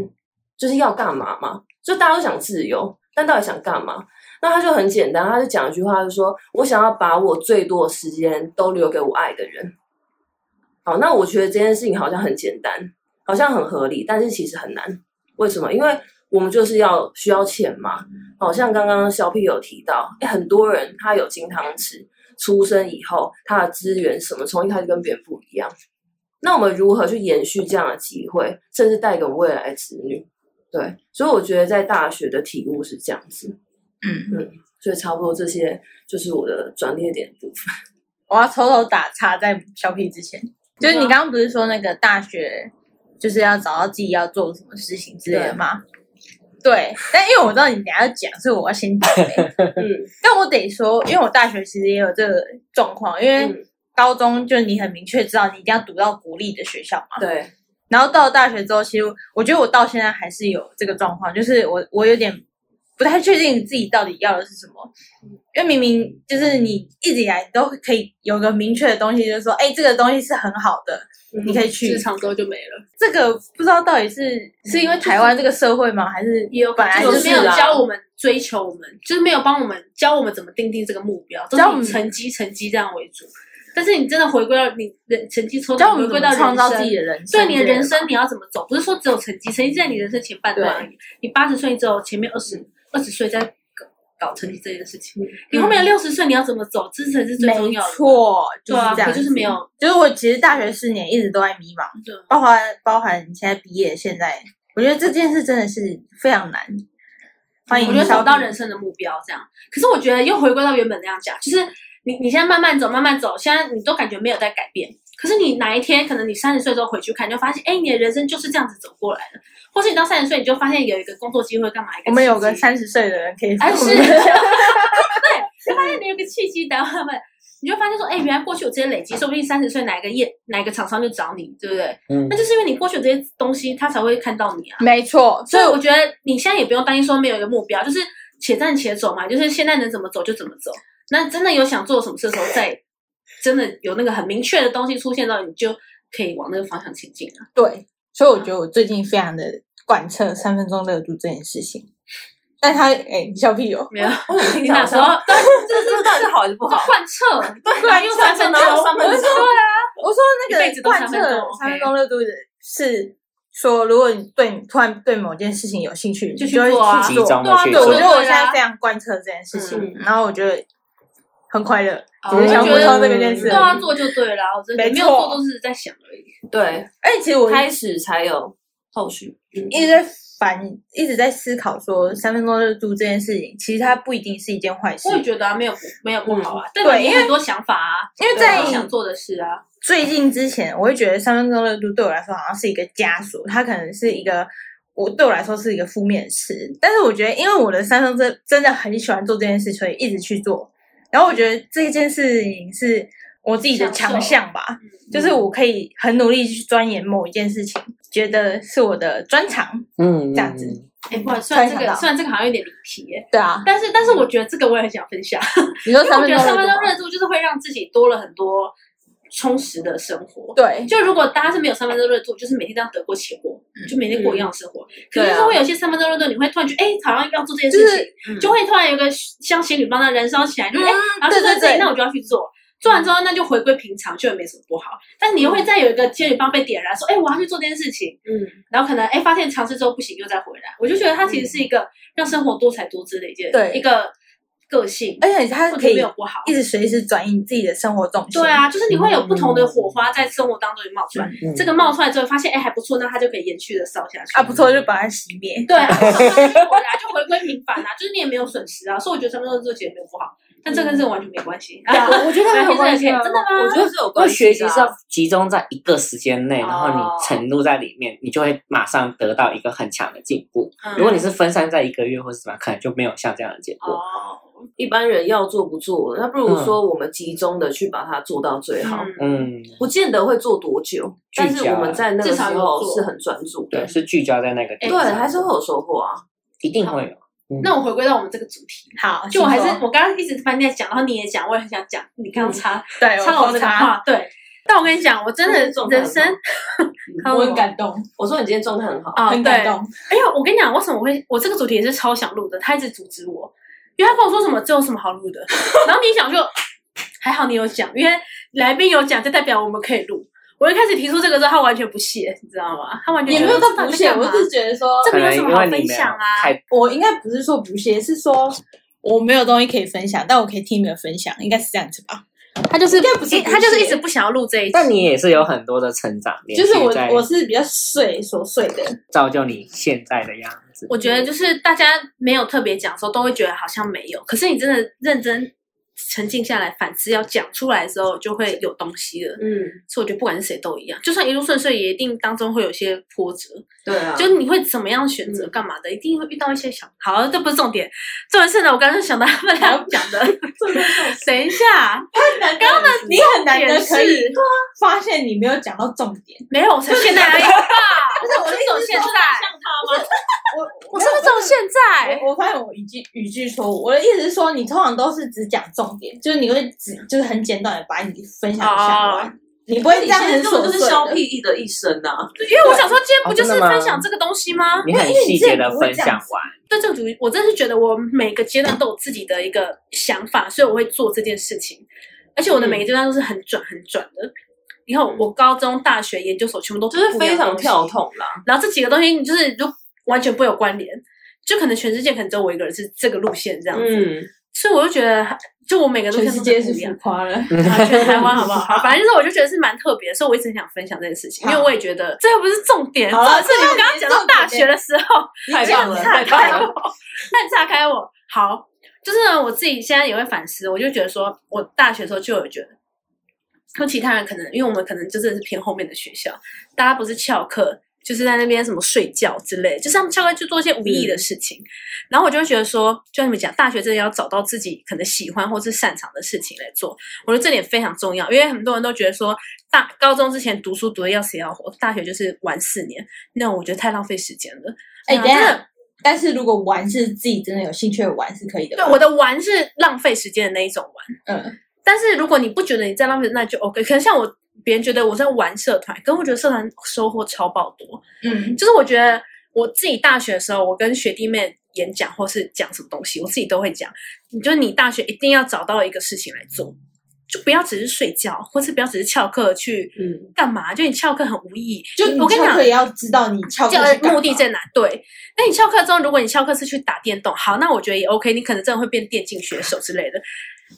Speaker 1: 就是要干嘛嘛？就大家都想自由，但到底想干嘛？那他就很简单，他就讲一句话，就说我想要把我最多的时间都留给我爱的人。好，那我觉得这件事情好像很简单，好像很合理，但是其实很难。为什么？因为我们就是要需要钱嘛。好像刚刚小 P 有提到，诶很多人他有金汤匙，出生以后他的资源什么，从一开始跟别人不一样。那我们如何去延续这样的机会，甚至带给我们未来的子女？对，所以我觉得在大学的体悟是这样子，
Speaker 7: 嗯，
Speaker 1: 所以差不多这些就是我的转捩点部分。
Speaker 6: 我要偷偷打岔，在小屁之前，就是你刚刚不是说那个大学就是要找到自己要做什么事情之类的吗？对，但因为我知道你等一下要讲，所以我要先讲、欸。
Speaker 1: 嗯
Speaker 6: 但我得说，因为我大学其实也有这个状况，因为
Speaker 1: 嗯，
Speaker 6: 高中就你很明确知道你一定要读到国立的学校嘛。
Speaker 1: 对，
Speaker 6: 然后到了大学之后，其实我觉得我到现在还是有这个状况，就是我我有点不太确定自己到底要的是什么，因为明明就是你一直以来都可以有个明确的东西，就是说，哎，这个东西是很好的，你可以去
Speaker 3: 市。场之后就没了。
Speaker 6: 这个不知道到底是是因为台湾这个社会吗，还是
Speaker 3: 也有
Speaker 6: 本来
Speaker 3: 就
Speaker 6: 就是
Speaker 3: 没有
Speaker 1: 啊
Speaker 3: 教我们追求我们，就是没有帮我们教我们怎么定定这个目标，都
Speaker 6: 教我
Speaker 3: 是以
Speaker 6: 们
Speaker 3: 成绩成绩这样为主。但是你真的回归到你人成绩抽
Speaker 6: 教我
Speaker 3: 回
Speaker 6: 们
Speaker 3: 归
Speaker 6: 怎
Speaker 3: 到
Speaker 6: 么
Speaker 3: 人
Speaker 6: 创造
Speaker 3: 生
Speaker 6: 自己，的人生？
Speaker 3: 对你的人，生你要怎么走？不是说只有成绩，成绩在你人生前半段而已。你八十岁之后，前面二十二十岁在搞搞成绩这件事情，你后面的六十岁你要怎么走？这才是最重
Speaker 6: 嗯没
Speaker 3: 要的。
Speaker 6: 错，就
Speaker 3: 对
Speaker 6: 是
Speaker 3: 啊，
Speaker 6: 这
Speaker 3: 可
Speaker 6: 样，
Speaker 3: 就是没有。
Speaker 6: 就是我其实大学四年一直都在迷茫，
Speaker 3: 对
Speaker 6: 包含包含你现在毕业，现在我觉得这件事真的是非常难。欢迎
Speaker 3: 我觉得
Speaker 6: 小
Speaker 3: 找到
Speaker 6: 品
Speaker 3: 人生的目标这样。可是我觉得又回归到原本那样讲，就是你你现在慢慢走，慢慢走，现在你都感觉没有在改变。可是你哪一天可能你三十岁之后回去看，你就发现，哎，你的人生就是这样子走过来的。或是你到三十岁，你就发现有一个工作机会，干嘛？一个
Speaker 6: 我们有个
Speaker 3: 契机
Speaker 6: 三十岁的人可以
Speaker 3: 哎
Speaker 6: 分
Speaker 3: 是，
Speaker 6: 享
Speaker 3: 就发现你有个契机，等他们，你就发现说，哎，原来过去有这些累积，说不定三十岁哪一个业哪一个厂商就找你，对不对？
Speaker 5: 嗯
Speaker 3: 那，就是因为你过去有这些东西，他才会看到你啊。
Speaker 6: 没错，
Speaker 3: 所
Speaker 6: 所
Speaker 3: 以
Speaker 6: 以
Speaker 3: 我
Speaker 6: 我
Speaker 3: 觉得你现在也不用担心说没有一个目标，就是且战且走嘛，就是现在能怎么走就怎么走。那真的有想做什么事的时候，再真的有那个很明确的东西出现到，你就可以往那个方向前进了。
Speaker 6: 对，所以我觉得我最近非常的贯彻三分钟热度这件事情。但他哎，小屁友，
Speaker 3: 没有，
Speaker 1: 我嗯怎么听
Speaker 3: 你
Speaker 1: 起来
Speaker 3: 哪
Speaker 1: 好
Speaker 3: 时候
Speaker 1: 像
Speaker 3: 都
Speaker 1: 这这到底是好还 是不好？
Speaker 3: 贯彻？
Speaker 6: 对啊
Speaker 3: 又三 分钟，
Speaker 1: 又三分钟
Speaker 6: 我说那
Speaker 3: 一辈
Speaker 6: 个
Speaker 3: 子都
Speaker 6: 贯
Speaker 3: 三分钟
Speaker 6: 彻
Speaker 3: ，OK
Speaker 6: 三分钟热度的是说，如果你对你突然对某件事情有兴趣，
Speaker 3: 就
Speaker 6: 你
Speaker 3: 去
Speaker 6: 就会
Speaker 3: 做啊
Speaker 6: 去
Speaker 5: 集
Speaker 6: 做。
Speaker 5: 中的去
Speaker 6: 对，我
Speaker 5: 做
Speaker 6: 觉
Speaker 3: 就
Speaker 6: 得我
Speaker 3: 对
Speaker 6: 现
Speaker 3: 啊
Speaker 6: 在非常贯彻这件事情，
Speaker 1: 嗯
Speaker 6: 然后我觉得很快乐。
Speaker 3: 哦
Speaker 6: 我就想
Speaker 3: 我觉
Speaker 6: 补
Speaker 3: 得
Speaker 6: 充这个件
Speaker 3: 对
Speaker 6: 事。
Speaker 3: 啊，做就对了。我真的
Speaker 6: 没错
Speaker 3: 没有做都是在想而已。
Speaker 1: 对，
Speaker 6: 哎，其实我
Speaker 1: 开始才有后续。嗯
Speaker 6: 一直在烦，一直在思考说三分钟热度这件事情，其实它不一定是一件坏事
Speaker 3: 我，也觉得啊，没有不没有不好啊，代表
Speaker 6: 嗯对
Speaker 3: 你
Speaker 6: 因
Speaker 3: 有很多想法啊，
Speaker 6: 因为
Speaker 3: 对啊
Speaker 6: 在
Speaker 1: 对
Speaker 3: 想做的事啊。
Speaker 6: 最近之前，我会觉得三分钟热度对我来说好像是一个枷锁，它可能是一个。我对我来说是一个负面词，但是我觉得，因为我的三分真真的很喜欢做这件事，所以一直去做。然后我觉得这件事情是我自己的强项吧，
Speaker 3: 嗯
Speaker 6: 就是我可以很努力去钻研某一件事情，觉得是我的专长。
Speaker 5: 嗯，
Speaker 6: 这样子
Speaker 3: 哎，不然虽然这
Speaker 6: 突然想
Speaker 3: 个
Speaker 6: 到
Speaker 3: 虽然这个好像有点离题耶，
Speaker 6: 对啊，
Speaker 3: 但是但是我觉得这个我也很想分享。
Speaker 6: 你说
Speaker 3: 因为我觉得三分钟热度就是会让自己多了很多充实的生活。
Speaker 6: 对，
Speaker 3: 就如果大家是没有三分钟热度，就是每天这样得过且过，
Speaker 6: 嗯
Speaker 3: 就每天过一样的生活。可是
Speaker 1: 对
Speaker 3: 就
Speaker 1: 啊
Speaker 3: 是会有一些三分钟热度，你会突然觉得，哎、好像要做这件
Speaker 6: 就
Speaker 3: 事
Speaker 6: 是
Speaker 3: 情，就会突然有一个像仙女棒那燃烧起来，就是哎、然后就
Speaker 6: 对
Speaker 3: 说
Speaker 6: 嗯对
Speaker 3: 自己
Speaker 6: 对
Speaker 3: 那我就要去做。做完之后，那就回归平常，就也没什么不好。但你又会再有一个仙女棒被点燃，说：“哎、我要去做这件事情。”
Speaker 1: 嗯，
Speaker 3: 然后可能哎、发现尝试之后不行，又再回来。我就觉得它其实是一个让生活多彩多姿的一件，
Speaker 6: 对
Speaker 3: 一个个性，
Speaker 6: 而且它
Speaker 3: 我
Speaker 6: 可
Speaker 3: 觉得
Speaker 6: 以
Speaker 3: 没有不好。
Speaker 6: 一直随时转移你自己的生活重心。
Speaker 3: 对，啊，就是你会有不同的火花在生活当中也冒出来，
Speaker 5: 嗯
Speaker 3: 这个冒出来之后发现，哎，还不错，那它就可以延续的烧下去
Speaker 6: 啊，不。错，就把它熄灭。
Speaker 4: 哦
Speaker 3: 对啊，就回来就回归平凡啊，就是你也没有损失啊，所以我觉得三分钟热度其实没有不好，
Speaker 4: 但这跟这个完全没关系。
Speaker 6: 对啊我觉得很有关系啊
Speaker 4: 真的吗？
Speaker 1: 我觉得是有
Speaker 5: 因
Speaker 1: 关
Speaker 5: 为
Speaker 1: 系
Speaker 5: 学
Speaker 1: 的
Speaker 5: 习
Speaker 1: 啊
Speaker 5: 是要集中在一个时间内，然后你
Speaker 4: 哦
Speaker 5: 沉入在里面，你就会马上得到一个很强的进步。
Speaker 4: 嗯
Speaker 3: 嗯
Speaker 5: 如果你是分散在一个月或是什么，可能就没有像这样的结果。
Speaker 4: 哦，
Speaker 1: 一般人要做不做，那不如说我们集中的去把它做到最好，
Speaker 4: 嗯
Speaker 5: 嗯，
Speaker 1: 不见得会做多久，
Speaker 5: 聚焦
Speaker 1: 但是我们在那个
Speaker 4: 至
Speaker 1: 时
Speaker 4: 少有
Speaker 1: 候
Speaker 4: 做
Speaker 1: 是很专注
Speaker 5: 对，
Speaker 1: 的，
Speaker 5: 是聚焦在那个点
Speaker 1: 哎对，
Speaker 5: 上，
Speaker 1: 还是会有收获啊。
Speaker 5: 一定会有。
Speaker 4: 那我回归到我们这个主题，
Speaker 6: 好，
Speaker 4: 就我还是
Speaker 6: 请说
Speaker 4: 我刚刚一直翻在讲，然后你也讲，我也很想讲，你刚刚插
Speaker 6: 对
Speaker 4: 插我这个话，对。但我跟你讲，我真的
Speaker 1: 这种
Speaker 4: 人
Speaker 1: 态度
Speaker 4: 生，
Speaker 6: 我很感动，
Speaker 1: 我说你今天状态很好，
Speaker 3: 哦，
Speaker 6: 很
Speaker 3: 对
Speaker 6: 感，动。
Speaker 3: 哎呦，我跟你讲，为什么我会我这个主题也是超想录的，他一直阻止我，因为他跟我说什么这有什么好录的， 然后你一讲就还好你有讲，因为来宾有讲就代表我们可以录。我一开始提出这个之后，他完全不屑，你知道吗？他完全
Speaker 6: 也没有到不屑，
Speaker 3: 屑，
Speaker 6: 我只是觉得说，
Speaker 3: 这
Speaker 5: 可
Speaker 3: 没有
Speaker 5: 能
Speaker 3: 什
Speaker 5: 因
Speaker 3: 么好
Speaker 5: 为你没
Speaker 3: 分
Speaker 5: 有
Speaker 3: 享啊
Speaker 5: 太
Speaker 6: 我应该不是说不屑，是说我没有东西可以分享，但我可以听你们分享，应该是这样子吧？
Speaker 3: 他就是
Speaker 6: 该不是
Speaker 3: 一
Speaker 6: 不
Speaker 3: 他就是一
Speaker 6: 屑
Speaker 3: 直不想要录这一集。
Speaker 5: 但你也是有很多的成长，
Speaker 6: 就是我
Speaker 5: 也在
Speaker 6: 我是比较碎琐碎的，
Speaker 5: 造就你现在的样子。
Speaker 3: 我觉得就是大家没有特别讲的时候，都会觉得好像没有。可是你真的认真沉静下来反思，要讲出来的时候，就会有东西了。
Speaker 1: 嗯，
Speaker 3: 所以我觉得不管是谁都一样，就算一路顺遂，也一定当中会有些波折。
Speaker 1: 对啊，
Speaker 3: 就你会怎么样选择
Speaker 1: 嗯
Speaker 3: 干嘛的，一定会遇到一些小。好，这不是重点，重点是呢，我刚刚想到他们俩讲的。等一下，
Speaker 6: 刚刚呢，你很难
Speaker 3: 点
Speaker 6: 得可以
Speaker 3: 是
Speaker 6: 发现你没有讲到重点。
Speaker 3: 没有，我才现在而已吧。不是，我是走现在，
Speaker 6: 我
Speaker 3: 我是不是走现在？
Speaker 6: 我我发现我语句语句错误，我的意思是说，你通常都是只讲重点，就是你会只就是很简短的把你分享讲
Speaker 3: 哦
Speaker 6: 完，你不会这
Speaker 1: 你
Speaker 6: 样
Speaker 1: 现在
Speaker 6: 很
Speaker 1: 根本
Speaker 6: 琐
Speaker 1: 就是
Speaker 6: 碎
Speaker 1: 消
Speaker 6: 的。
Speaker 1: 屁意的一生呐、啊，
Speaker 3: 因为我想说，今天不
Speaker 5: 哦
Speaker 3: 就
Speaker 5: 真的
Speaker 3: 是
Speaker 5: 吗
Speaker 3: 分享这个东西吗？
Speaker 5: 你很细节的分享完，
Speaker 3: 对这个主题，我真的是觉得我每个阶段都有自己的一个想法，所以我会做这件事情。而且我的每个阶段都是很转很转的。以后我高中、大学、研究所全部都
Speaker 1: 就是非常跳
Speaker 3: 通。
Speaker 1: 痛啦。
Speaker 3: 然后这几个东西你就是就完全不会有关联，就可能全世界可能只有我一个人是这个路线这样子，
Speaker 1: 嗯，
Speaker 3: 所以我就觉得还就我每个路线
Speaker 6: 全
Speaker 3: 都
Speaker 6: 世
Speaker 3: 很
Speaker 6: 界
Speaker 3: 不
Speaker 6: 是
Speaker 3: 一样
Speaker 6: 浮。夸了，
Speaker 3: 啊全台湾好 不好？反正就是我就觉得是蛮特别，所以我一直很想分享这件事情，因为我也觉得这又不是重点，
Speaker 6: 好啊了
Speaker 3: 这是你们刚刚讲到大学的时候，
Speaker 1: 太棒了，太棒
Speaker 3: 开
Speaker 1: 了。
Speaker 3: 我，那岔开我。好，就是呢，我自己现在也会反思，我就觉得说，我大学的时候就有觉得，跟其他人可能，因为我们可能就真的是偏后面的学校，大家不是翘课，就是在那边什么睡觉之类，就是他们翘课去做一些无意义的事情。然后我就会觉得说，就像你们讲，大学真的要找到自己可能喜欢或是擅长的事情来做，我觉得这点非常重要，因为很多人都觉得说，大高中之前读书读的要死要活，大学就是玩四年，那我觉得太浪费时间了。嗯
Speaker 6: 哎
Speaker 3: 那
Speaker 6: 等一下
Speaker 3: 真的
Speaker 6: 但是如果玩是自己真的有兴趣的玩是可以的吧。
Speaker 3: 对，我的玩是浪费时间的那一种玩。
Speaker 6: 嗯，
Speaker 3: 但是如果你不觉得你在浪费，那就 OK。可能像我，别人觉得我在玩社团，可是我觉得社团收获超爆多。
Speaker 6: 嗯，
Speaker 3: 就是我觉得我自己大学的时候，我跟学弟妹演讲或是讲什么东西，我自己都会讲。你就是你大学一定要找到一个事情来做，就不要只是睡觉，或是不要只是翘课去
Speaker 1: 嗯
Speaker 3: 干嘛？就你翘课很无意义。
Speaker 6: 就
Speaker 3: 我跟你
Speaker 6: 翘
Speaker 3: 讲
Speaker 6: 课，也要知道你翘课
Speaker 3: 这
Speaker 6: 是
Speaker 3: 个
Speaker 6: 干
Speaker 3: 目的
Speaker 6: 嘛
Speaker 3: 在哪？对，那你翘课之后，如果你翘课是去打电动，好，那我觉得也 OK，你可能真的会变电竞选手之类的。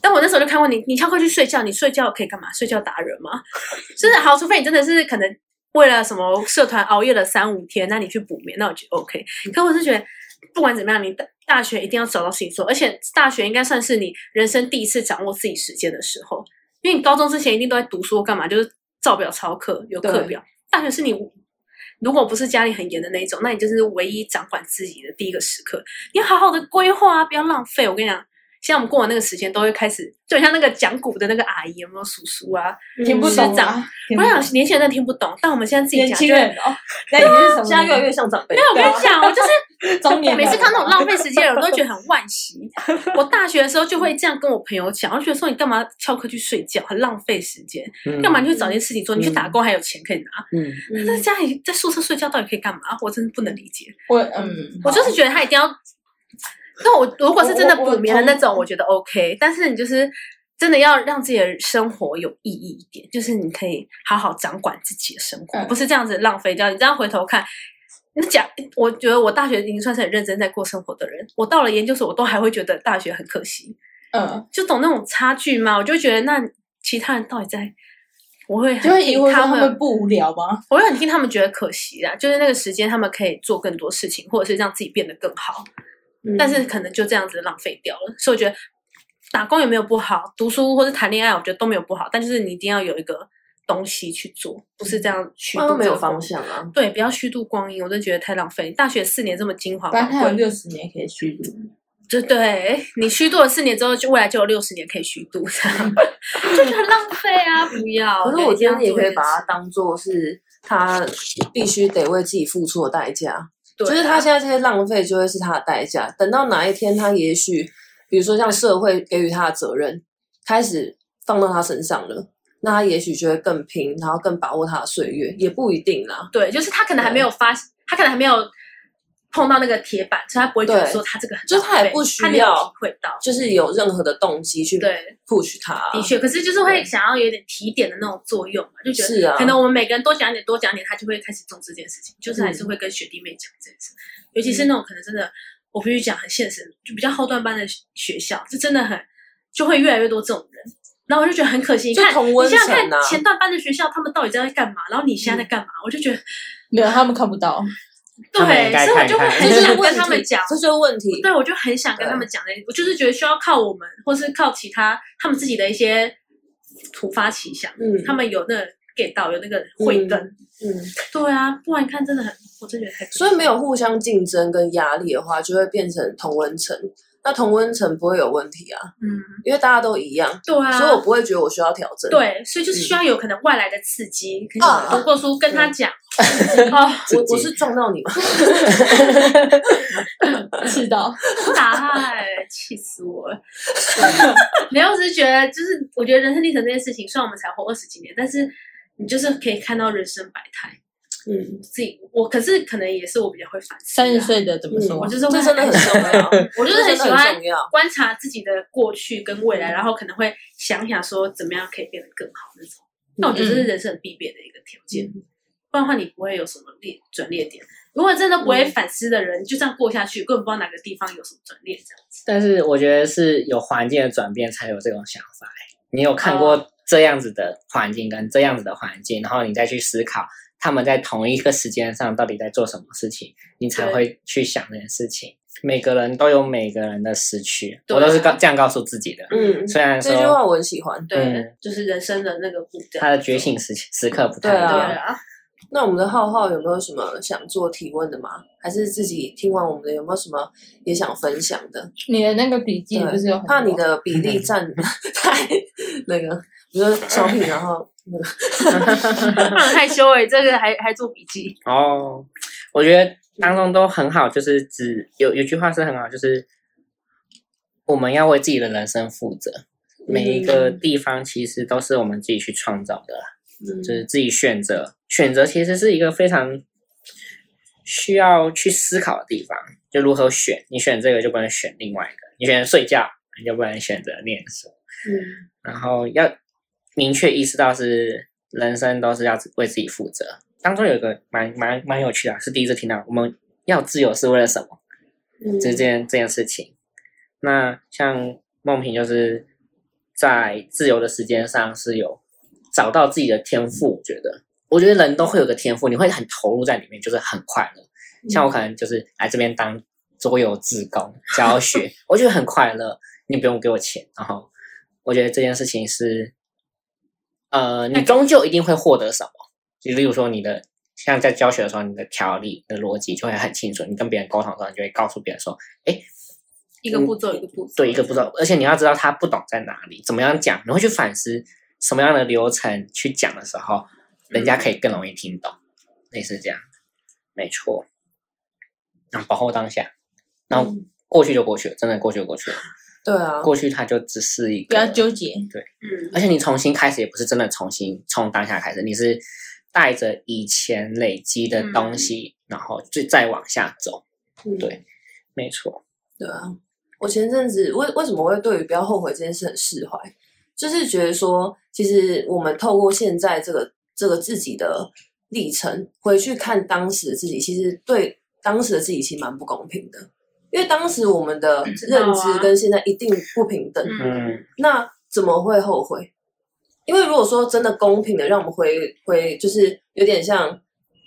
Speaker 3: 但我那时候就看过你，你翘课去睡觉，你睡觉可以干嘛？睡觉打人吗？ 就是好，除非你真的是可能为了什么社团熬夜了三五天，那你去补眠，那我觉得 OK。可
Speaker 6: 嗯
Speaker 3: 我是觉得，不管怎么样，你大大学一定要找到事情做，而且大学应该算是你人生第一次掌握自己时间的时候，因为你高中之前一定都在读书干嘛，就是照表抄课，有课
Speaker 1: 对
Speaker 3: 表。大学是你如果不是家里很严的那一种，那你就是唯一掌管自己的第一个时刻。你要好好的规划啊，不要浪费。我跟你讲，现在我们过完那个时间，都会开始，就很像那个讲古的那个阿姨，有没有叔叔啊？
Speaker 6: 听不
Speaker 3: 师
Speaker 6: 懂
Speaker 3: 长
Speaker 6: 啊，听
Speaker 3: 我
Speaker 6: 不懂
Speaker 3: 想年轻人真的听不懂，但我们现在自己
Speaker 6: 年
Speaker 3: 讲
Speaker 6: 轻
Speaker 3: 就会，
Speaker 6: 人哦，那你是什么？
Speaker 1: 现在越来越像长辈 啊
Speaker 3: 没，有，我跟你讲，我哦就是
Speaker 6: 中年
Speaker 3: 每
Speaker 6: 人
Speaker 3: 次看那种
Speaker 6: 了
Speaker 3: 浪费时间的人，我都会觉得很惋惜。我大学的时候就会这样跟我朋友讲，我就觉得说你干嘛翘课去睡觉，很浪费时间，
Speaker 5: 嗯
Speaker 3: 干嘛你去找件事情做？你去打工还有钱可以拿，
Speaker 5: 嗯，
Speaker 3: 但在家里在宿舍睡觉到底可以干嘛？我真的不能理解。
Speaker 6: 我嗯，
Speaker 3: 我就是觉得他一定要，那我如果是真的
Speaker 6: 我我
Speaker 3: 补眠的那种，我觉得 OK。但是你就是真的要让自己的生活有意义一点，就是你可以好好掌管自己的生活，
Speaker 6: 嗯
Speaker 3: 不是这样子浪费掉。你这样回头看，你讲，我觉得我大学已经算是很认真在过生活的人，我到了研究所，我都还会觉得大学很可惜，
Speaker 6: 嗯，
Speaker 3: 就懂那种差距吗？我就觉得那其他人到底在。我会很
Speaker 6: 就会疑
Speaker 3: 听
Speaker 6: 惑说
Speaker 3: 他
Speaker 6: 他
Speaker 3: 们
Speaker 6: 们不无聊吗？
Speaker 3: 我会很替他们觉得可惜啦，就是那个时间他们可以做更多事
Speaker 1: 嗯
Speaker 3: 情，或者是让自己变得更好，但是可能就这样子浪费掉了。所以我觉得打工也没有不好，读书或者谈恋爱，我觉得都没有不好，但就是你一定要有一个东西去做，不是这样虚
Speaker 1: 万
Speaker 3: 度
Speaker 1: 万哦没有
Speaker 3: 这个
Speaker 1: 方向啊。
Speaker 3: 对，不要虚度光阴，我真觉得太浪费。大学四年这么精华
Speaker 6: 不然
Speaker 3: 宝
Speaker 6: 他有
Speaker 3: 贵，
Speaker 6: 六十年可以续住。
Speaker 3: 对对，你虚度了四年之后，就未来就有六十年可以虚度，这 样就觉得很浪费啊！不要。
Speaker 1: 可是
Speaker 3: 对
Speaker 1: 我
Speaker 3: 一定
Speaker 1: 觉
Speaker 3: 要
Speaker 1: 得也
Speaker 3: 做
Speaker 1: 可以
Speaker 3: 一
Speaker 1: 把它
Speaker 3: 件
Speaker 1: 当做是他必须得为自己付出的代价。
Speaker 3: 事
Speaker 1: 就是
Speaker 3: 对
Speaker 1: 他
Speaker 3: 啊
Speaker 1: 现在这些浪费就会是他的代价。等到哪一天他也许，比如说像社会给予他的责任开始放到他身上了，那他也许就会更拼，然后更把握他的岁月，也不一定啦。
Speaker 3: 对，就是他可能还没有发，他可能还没有碰到那个铁板，所以他不会觉得
Speaker 1: 对
Speaker 3: 说他这个很
Speaker 1: 就是他也
Speaker 3: 浪费
Speaker 1: 不需
Speaker 3: 他没有
Speaker 1: 要
Speaker 3: 体会到。
Speaker 1: 就是有任何的动机去
Speaker 3: 对，
Speaker 1: push 他啊、
Speaker 3: 的确，可是就是会
Speaker 1: 对
Speaker 3: 想要有点提点的那种作用嘛，就觉
Speaker 1: 是
Speaker 3: 得
Speaker 1: 啊
Speaker 3: 可能我们每个人多讲一点，多讲一点，他就会开始重视这件事情，就是还是会跟学弟妹讲这件事，尤
Speaker 1: 嗯
Speaker 3: 其是那种可能真的，我必须讲很现实，就比较后段班的学学校，就真的很就会越来越多这种人。然后我就觉得很可惜，你
Speaker 1: 就
Speaker 3: 看，
Speaker 1: 同温
Speaker 3: 你想想
Speaker 1: 层啊
Speaker 3: 看前段班的学校，他们到底在干嘛？然后你现在在干嘛？我就觉得，
Speaker 6: 没有，他们看不到。
Speaker 5: 他们应
Speaker 3: 对，
Speaker 5: 该
Speaker 3: 所以我
Speaker 5: 看
Speaker 3: 就会
Speaker 5: 看
Speaker 3: 很
Speaker 1: 这 就是
Speaker 3: 想
Speaker 1: 问
Speaker 3: 跟
Speaker 1: 题
Speaker 3: 他们讲，
Speaker 1: 这就是问题。
Speaker 3: 对，我就很想跟他们讲的，我就是觉得需要靠我们，或是靠其他他们自己的一些突发奇想，
Speaker 1: 嗯
Speaker 3: 他们有那个 get 到，有那个慧根，
Speaker 1: 嗯，
Speaker 3: 对啊，不然看真的很，我真觉得太可惜
Speaker 1: 所以没有互相竞争跟压力的话，就会变成同温层。那同温层不会有问题啊，
Speaker 3: 嗯，
Speaker 1: 因为大家都一样，
Speaker 3: 对啊，
Speaker 1: 所以我不会觉得我需要调整。，
Speaker 3: 对，所以就是需要有可能外来的刺激，可能
Speaker 1: 啊
Speaker 3: 读过书跟他 讲，哦，
Speaker 1: 我我是撞到你吗？
Speaker 6: 知道，
Speaker 3: 打他，哎气死我了！ 没有，我只是觉得，就是我觉得人生历程这件事情，虽然我们才活二十几年，但是你就是可以看到人生百态。
Speaker 1: 嗯，
Speaker 3: 自己，我可是可能也是我比较会反思的啊。
Speaker 6: 三十岁的怎
Speaker 1: 嗯
Speaker 6: 么说
Speaker 3: 我？就是会
Speaker 1: 这真的很重要，
Speaker 3: 我就是很
Speaker 1: 这真
Speaker 3: 喜
Speaker 1: 的很
Speaker 3: 欢
Speaker 1: 重要。
Speaker 3: 观察自己的过去跟未来，然后可能会想想说怎么样可以变得更好那种。那我觉得这是人生很必备的一个条件，不然的话你不会有什么裂转捩点。如果真的不会反思的人，就这样过下去，根本不知道哪个地方有什么转捩这样子。
Speaker 5: 但是我觉得是有环境的转变才有这种想法欸、你有看过
Speaker 3: 哦
Speaker 5: 这样子的环境跟这样子的环境，然后你再去思考他们在同一个时间上到底在做什么事情，你才
Speaker 3: 对
Speaker 5: 会去想这件事情。每个人都有每个人的时区，
Speaker 3: 对啊
Speaker 5: 我都是告这样告诉自己的。
Speaker 1: 嗯，
Speaker 5: 虽然
Speaker 1: 这句话
Speaker 5: 说
Speaker 1: 我很喜欢。
Speaker 3: 对，
Speaker 5: 嗯
Speaker 3: 就是人生的那个步调。
Speaker 5: 他的觉醒时时刻不太一
Speaker 1: 对啊
Speaker 3: 对
Speaker 5: 样，
Speaker 3: 啊，
Speaker 1: 那我们的浩浩有没有什么想做提问的吗？还是自己听完我们的有没有什么也想分享的？
Speaker 6: 你的那个笔记不是有
Speaker 1: 对
Speaker 6: 很，多
Speaker 1: 怕你的比例占 太那个，比如说小品，然后那个
Speaker 3: 很 害羞哎、这个还还做笔记。
Speaker 5: 哦，我觉得当中都很好，就是只有有句话是很好，就是我们要为自己的人生负责。每一个地方其实都是我们自己去创造的啦，就是自己选择。选择其实是一个非常需要去思考的地方，就如何选。你选这个就不能选另外一个，你选睡觉你就不能选择念书。
Speaker 1: 嗯
Speaker 5: 然后要明确意识到是人生都是要为自己负责。当中有一个蛮蛮蛮有趣的啊、是第一次听到我们要自由是为了什么
Speaker 1: 嗯
Speaker 5: 这件这件事情。那像梦萍就是在自由的时间上是有找到自己的天赋，我觉得，我觉得人都会有个天赋，你会很投入在里面，就是很快乐。像我可能就是来这边当桌游志工教学，我觉得很快乐，你不用给我钱，然后我觉得这件事情是，呃，你终究一定会获得什么，就例如说你的。像在教学的时候，你的条理、你的逻辑就会很清楚。你跟别人沟通的时候，你就会告诉别人说：“哎，
Speaker 3: 一个步骤一个步骤，
Speaker 5: 对，一个步骤，而且你要知道他不懂在哪里，怎么样讲，你会去反思什么样的流程去讲的时候，人家可以更容易听懂，类似这样，没错。然后把握当下，然后过去就过去了，真的过去就过去了，
Speaker 1: 对啊，
Speaker 5: 过去它就只是一
Speaker 6: 不
Speaker 5: 个
Speaker 6: 要纠结，
Speaker 3: 嗯，
Speaker 5: 而且你重新开始也不是真的重新从当下开始，你是带着以前累积的东西，然后就再往下走，
Speaker 1: 嗯
Speaker 5: 对没错，
Speaker 1: 对啊，我前阵子为为什么会对于不要后悔这件事很释怀，就是觉得说，其实我们透过现在这个这个自己的历程，回去看当时的自己，其实对当时的自己其实蛮不公平的，因为当时我们的认知跟现在一定不平等，
Speaker 5: 嗯，
Speaker 1: 那怎么会后悔？因为如果说真的公平的，让我们回回就是有点像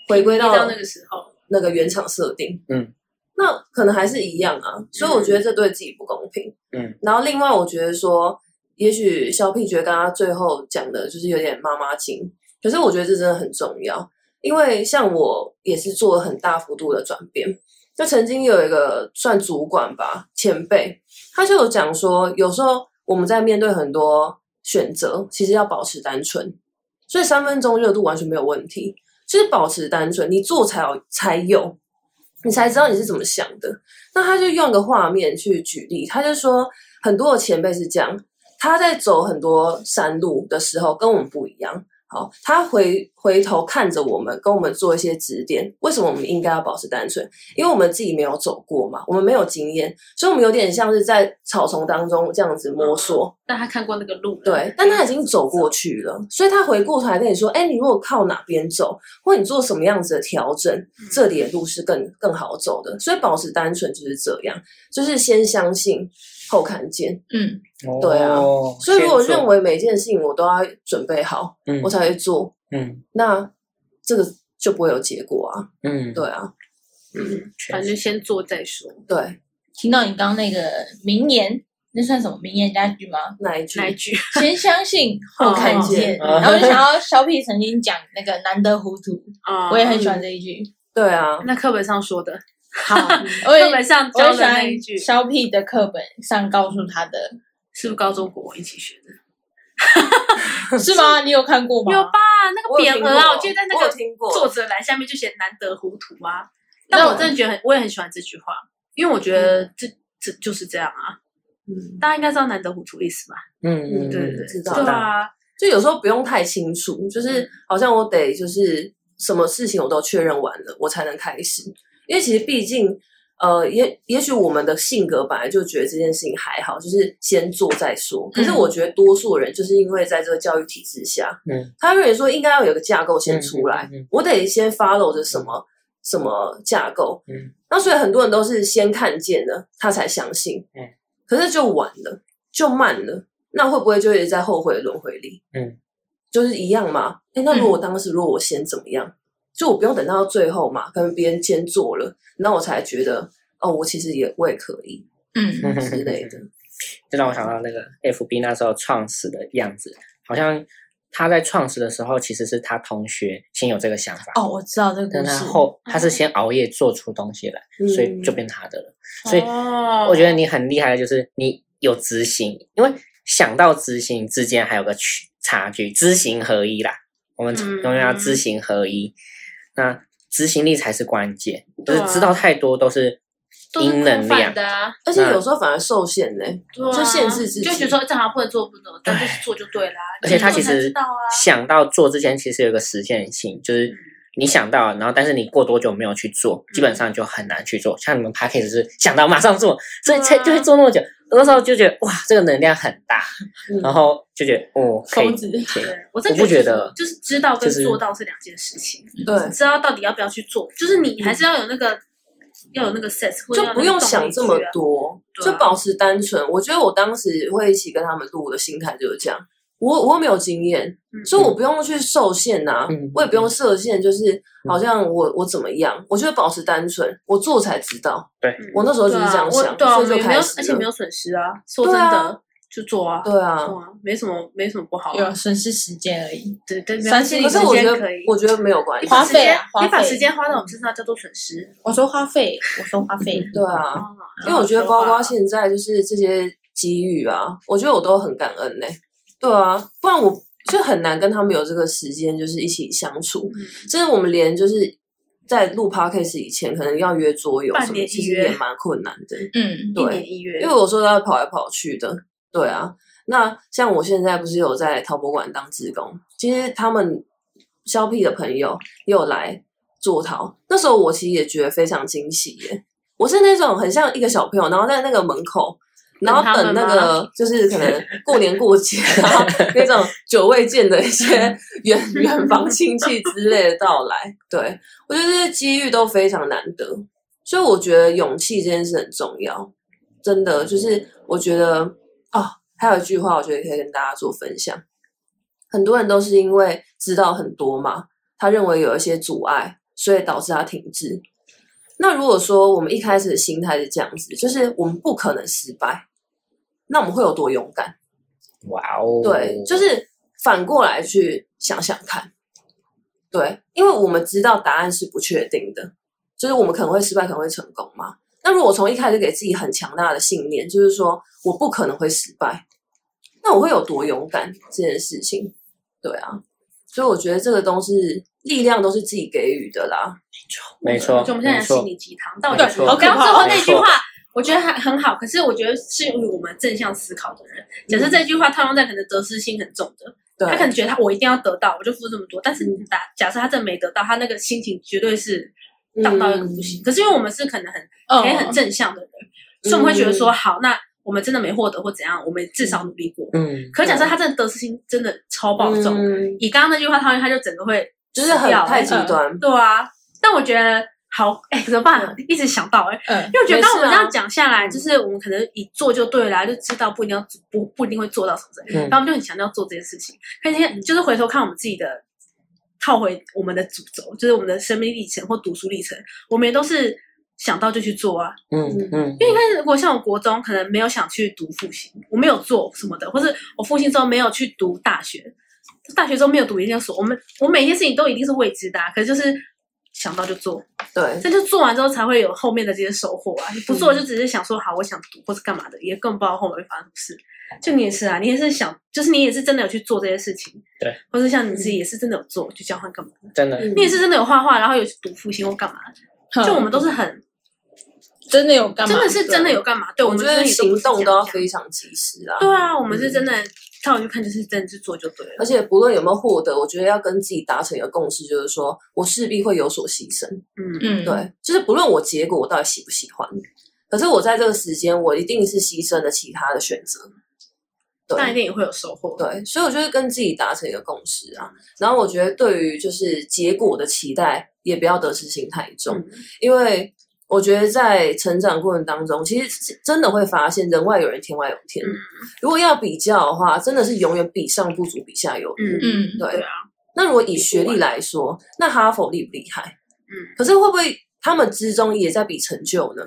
Speaker 1: 回归
Speaker 3: 到
Speaker 1: 到
Speaker 3: 那个时候，
Speaker 1: 那个原厂设定，
Speaker 5: 嗯，
Speaker 1: 那可能还是一样啊，所以我觉得这对自己不公平。
Speaker 5: 嗯，
Speaker 1: 然后另外我觉得说，也许肖屁觉得刚刚最后讲的就是有点妈妈经，可是我觉得这真的很重要，因为像我也是做了很大幅度的转变。就曾经有一个算主管吧，前辈，他就有讲说，有时候我们在面对很多选择，其实要保持单纯，所以三分钟热度完全没有问题，就是保持单纯，你做才有才有，你才知道你是怎么想的。那他就用个画面去举例，他就说很多的前辈是这样，他在走很多山路的时候跟我们不一样。好，他回回头看着我们，跟我们做一些指点。为什么我们应该要保持单纯？因为我们自己没有走过嘛，我们没有经验，所以我们有点像是在草丛当中这样子摸索。
Speaker 4: 但他看过那个路了，
Speaker 1: 对，但他已经走
Speaker 4: 啊
Speaker 1: 过去了，所以他回过头来跟你说：“哎，你如果靠哪边走，或你做什么样子的调整，
Speaker 4: 嗯
Speaker 1: 这里的路是更更好走的。”所以保持单纯就是这样，就是先相信后看见。
Speaker 2: 嗯，
Speaker 1: 对啊
Speaker 5: 哦
Speaker 1: 所以如果
Speaker 5: 先做
Speaker 1: 认为每件事情我都要准备好，
Speaker 5: 嗯
Speaker 1: 我才会做，
Speaker 5: 嗯
Speaker 1: 那这个就不会有结果啊。
Speaker 5: 嗯，
Speaker 1: 对啊，
Speaker 3: 嗯
Speaker 5: 确
Speaker 4: 反
Speaker 5: 实
Speaker 4: 正就先做再说。
Speaker 1: 对，
Speaker 6: 听到你刚刚那个名言，那算什么名言佳句吗？
Speaker 1: 哪一句？
Speaker 4: 哪一句？
Speaker 6: 先相信后看见，
Speaker 5: 哦
Speaker 6: 然后我就想到小屁曾经讲那个难得糊涂，我也很喜欢这一句。
Speaker 1: 对啊，
Speaker 4: 啊嗯那课本上说的，
Speaker 6: 好，我也
Speaker 4: 课本上
Speaker 6: 我也
Speaker 4: 教
Speaker 6: 喜
Speaker 4: 的
Speaker 6: 欢
Speaker 4: 那一句，是
Speaker 6: 小屁的课本上告诉他的，
Speaker 4: 不是高中国文一起学的？
Speaker 6: 是吗？你有看过吗？
Speaker 4: 有吧？那个
Speaker 1: 我有
Speaker 4: 匾
Speaker 1: 听
Speaker 4: 额啊，
Speaker 1: 过
Speaker 4: 我记得在那
Speaker 1: 我有
Speaker 4: 个
Speaker 1: 听过，
Speaker 4: 作者栏下面就写难得糊涂啊。但我真的觉得很，我也很喜欢这句话，因为我觉得这这就是这样啊。
Speaker 1: 嗯，
Speaker 4: 大家应该知道难得糊涂意思吧？
Speaker 5: 嗯嗯
Speaker 1: 嗯
Speaker 4: 对对
Speaker 5: 嗯，
Speaker 4: 对，
Speaker 1: 知道
Speaker 4: 对啊，
Speaker 1: 就有时候不用太清楚，
Speaker 5: 嗯
Speaker 1: 就是好像我得就是什么事情我都确认完了，我才能开始。因为其实毕竟，呃，也也许我们的性格本来就觉得这件事情还好，就是先做再说。可是我觉得多数人就是因为在这个教育体制下，
Speaker 5: 嗯，
Speaker 1: 他认为说应该要有个架构先出来，
Speaker 5: 嗯嗯嗯嗯
Speaker 1: 我得先 follow 着什么什么架构。
Speaker 5: 嗯，
Speaker 1: 那所以很多人都是先看见了，他才相信。
Speaker 5: 嗯，
Speaker 1: 可是就晚了，就慢了，那会不会就一直在后悔的轮回里？
Speaker 5: 嗯，
Speaker 1: 就是一样嘛。哎，那如果我当时如果我先怎么样，就我不用等到最后嘛，可能别人先做了，那我才觉得哦，我其实也我也可 以
Speaker 2: 嗯，
Speaker 1: 之类的。
Speaker 5: 就让我想到那个 FB 那时候创始的样子，好像他在创始的时候其实是他同学先有这个想法，
Speaker 6: 哦，我知道这个
Speaker 5: 但
Speaker 6: 故
Speaker 5: 他
Speaker 6: 事。
Speaker 5: 后他是先熬夜做出东西来，
Speaker 1: 嗯
Speaker 5: 所以就变他的了。所以
Speaker 4: 哦
Speaker 5: 我觉得你很厉害的就是你有执行，因为想到执行之间还有个区差距，知行合一啦。我们
Speaker 4: 嗯
Speaker 5: 永远要知行合一，那执行力才是关键，就
Speaker 4: 对啊
Speaker 5: 是知道太多都是
Speaker 4: 都是
Speaker 5: 阴能
Speaker 4: 空泛
Speaker 5: 量。
Speaker 4: 的啊，
Speaker 1: 而且有时候反而受限嘞、
Speaker 4: 对啊
Speaker 1: 就限制自己
Speaker 4: 就觉得说这好像不能做，不能做，但就是做就对啦。
Speaker 5: 而且他其
Speaker 4: 你做才知
Speaker 5: 实
Speaker 4: 道啊，嗯
Speaker 5: 想到做之前，其实有个实现性，就是你想到了，然后但是你过多久没有去做，基本上就很难去做。像你们 p a c k a g e 是想到马上做，所以才
Speaker 4: 对啊
Speaker 5: 就会做那么久。我那时候就觉得哇，这个能量很大，
Speaker 1: 嗯
Speaker 5: 然后就觉得哦，可以
Speaker 6: 疯子
Speaker 5: 可以
Speaker 4: 对我真的
Speaker 5: 我不觉
Speaker 4: 就是
Speaker 5: 得
Speaker 4: 就是知道跟
Speaker 5: 就是
Speaker 4: 做到是两件事情，
Speaker 1: 对，
Speaker 4: 知道到底要不要去做，就是你还是要有那个要有那个 sense，或者
Speaker 1: 就
Speaker 4: 要
Speaker 1: 不
Speaker 4: 那个
Speaker 1: 用
Speaker 4: 动力
Speaker 1: 想这么
Speaker 4: 去啊
Speaker 1: 多，
Speaker 4: 对
Speaker 1: 就
Speaker 4: 啊
Speaker 1: 保持单纯。我觉得我当时会一起跟他们录的心态就是这样，我我又没有经验，
Speaker 4: 嗯
Speaker 1: 所以我不用去受限呐、
Speaker 5: 嗯
Speaker 1: 我也不用设限，就是好像我我怎么样，我就保持单纯，我做才知道。
Speaker 4: 嗯
Speaker 1: 我那时候就是这样想，
Speaker 4: 对啊，我对啊
Speaker 1: 所以就
Speaker 4: 没
Speaker 1: 开
Speaker 4: 有，
Speaker 1: 始
Speaker 4: 而且没
Speaker 1: 了
Speaker 4: 有损失啊，说真
Speaker 1: 对啊
Speaker 4: 的，就做啊，
Speaker 1: 对啊，
Speaker 4: 做啊，没什么没什么不好啊
Speaker 6: 有，损失时间而已，
Speaker 4: 对对，没有
Speaker 6: 三心
Speaker 1: 可
Speaker 6: 理
Speaker 1: 是
Speaker 4: 时
Speaker 1: 我觉
Speaker 4: 间
Speaker 1: 得
Speaker 4: 可以，
Speaker 1: 我觉得没有关系
Speaker 4: 你，把
Speaker 6: 花
Speaker 4: 时
Speaker 6: 费
Speaker 4: 间
Speaker 6: 啊花
Speaker 4: 你把
Speaker 6: 费
Speaker 4: 时间花在我们身上叫做损失，
Speaker 6: 我说花费，我说花费，
Speaker 1: 对啊。
Speaker 4: 啊
Speaker 1: 因为我觉得包括现在就是这些机遇啊，我觉得我都很感恩嘞、对啊，不然我就很难跟他们有这个时间，就是一起相处。
Speaker 4: 嗯
Speaker 1: 甚至我们连就是在录 podcast 以前，可能要约桌游什
Speaker 4: 半
Speaker 1: 么，
Speaker 4: 年
Speaker 1: 其
Speaker 4: 一
Speaker 1: 实
Speaker 4: 约
Speaker 1: 也蛮困难的。
Speaker 6: 嗯，
Speaker 4: 一
Speaker 1: 对
Speaker 4: 年一月，
Speaker 1: 因为我说要跑来跑去的，对啊。那像我现在不是有在陶博馆当志工，其实他们肖屁的朋友也有来做陶，那时候我其实也觉得非常惊喜耶。我是那种很像一个小朋友，然后在那个门口，然后
Speaker 4: 等他
Speaker 1: 等
Speaker 4: 们
Speaker 1: 那
Speaker 4: 吗
Speaker 1: 个就是可能过年过节啊那种久未见的一些远 远房亲戚之类的到来，对我觉得这些机遇都非常难得，所以我觉得勇气这件事很重要。真的就是我觉得哦，还有一句话，我觉得可以跟大家做分享。很多人都是因为知道很多嘛，他认为有一些阻碍，所以导致他停滞。那如果说我们一开始的心态是这样子，就是我们不可能失败，那我们会有多勇敢？
Speaker 5: 哇哦，
Speaker 1: 对，就是反过来去想想看。对，因为我们知道答案是不确定的，就是我们可能会失败，可能会成功嘛。那如果我从一开始就给自己很强大的信念，就是说我不可能会失败，那我会有多勇敢这件事情？对啊，所以我觉得这个东西力量都是自己给予的啦。
Speaker 5: 没错，
Speaker 3: 就我们现在
Speaker 5: 没
Speaker 3: 的
Speaker 5: 错
Speaker 3: 心理鸡汤，到
Speaker 5: 对
Speaker 3: 底
Speaker 5: 没错
Speaker 3: 我刚刚最后那句
Speaker 5: 没
Speaker 3: 话，我觉得还很好，可是我觉得是我们正向思考的人，假设这句话套用在可能得失心很重的，
Speaker 1: 对，
Speaker 3: 他可能觉得啊他我一定要得到，我就付这么多，但是你打假设他真的没得到，他那个心情绝对是荡到一
Speaker 1: 嗯
Speaker 3: 个不行。嗯可是因为我们是可能很
Speaker 6: 哦
Speaker 3: 可以很正向的人，所以我们会觉得说，好，那我们真的没获得或怎样，我们至少努力过。
Speaker 5: 嗯，
Speaker 3: 可假设他真的得失心真的超爆重，
Speaker 1: 嗯
Speaker 3: 以刚刚那句话套用，他就整个会
Speaker 1: 就是很
Speaker 3: 死掉
Speaker 1: 太极端。
Speaker 3: 对啊，但我觉得好，哎、怎么办？一直想到哎、
Speaker 8: 嗯
Speaker 3: 因为我觉得刚
Speaker 1: 没事
Speaker 3: 刚我们这
Speaker 1: 啊
Speaker 3: 样讲下来，就是我们可能一做就对了、啊，就知道不一定要不不一定会做到什么之类的
Speaker 5: 嗯
Speaker 3: 然后我们就很强调做这件事情。看现在就是回头看我们自己的，套回我们的主轴，就是我们的生命历程或读书历程，我们也都是想到就去做啊。
Speaker 5: 嗯嗯，
Speaker 3: 因为一开始如果像我国中可能没有想去读复兴，我没有做什么的，或是我复兴之后没有去读大学，大学之后没有读研究所，我们我每一件事情都一定是未知的、啊，可是就是想到就做，
Speaker 1: 对，
Speaker 3: 但就做完之后才会有后面的这些收获啊！你不
Speaker 1: 嗯
Speaker 3: 做就只是想说好我想读或是干嘛的，也更不知道后面会发生什么事。就你也是啊，你也是想，就是你也是真的有去做这些事情，
Speaker 5: 对，
Speaker 3: 或是像你自己也是真的有做，去交换干嘛的，
Speaker 5: 真的，
Speaker 1: 嗯
Speaker 3: 你也是真的有画画，然后有去读复兴或干嘛的，就我们都是很
Speaker 6: 嗯
Speaker 8: 真的有干嘛？
Speaker 3: 真的是真的有干嘛？对，我
Speaker 1: 我
Speaker 3: 们
Speaker 1: 觉
Speaker 3: 真
Speaker 1: 得
Speaker 3: 的也不
Speaker 1: 行
Speaker 3: 是
Speaker 1: 动
Speaker 3: 讲
Speaker 1: 都要
Speaker 3: 讲
Speaker 1: 非常及时啊。
Speaker 3: 对啊，我们是真的，看我就看就是真的去做就对了
Speaker 1: 而。且不论有没有获得，我觉得要跟自己达成一个共识，就是说我势必会有所牺牲。
Speaker 3: 嗯，
Speaker 8: 嗯，
Speaker 1: 对，就是不论我结果我到底喜不喜欢，可是我在这个时间，我一定是牺牲了其他的选择。
Speaker 3: 那一
Speaker 1: 对
Speaker 3: 定也会有收获。嗯
Speaker 1: 对，所以我觉得跟自己达成一个共识啊。然后我觉得对于就是结果的期待，也不要得失心太重，
Speaker 3: 嗯
Speaker 1: 因为我觉得在成长过程当中，其实真的会发现人外有人，天外有天。
Speaker 3: 嗯
Speaker 1: 如果要比较的话，真的是永远比上不足，比下有余。
Speaker 3: 嗯
Speaker 8: 嗯，
Speaker 1: 对
Speaker 3: 对
Speaker 1: 啊。那如果以学历来说，那哈佛厉不厉害？
Speaker 3: 嗯，
Speaker 1: 可是会不会他们之中也在比成就呢？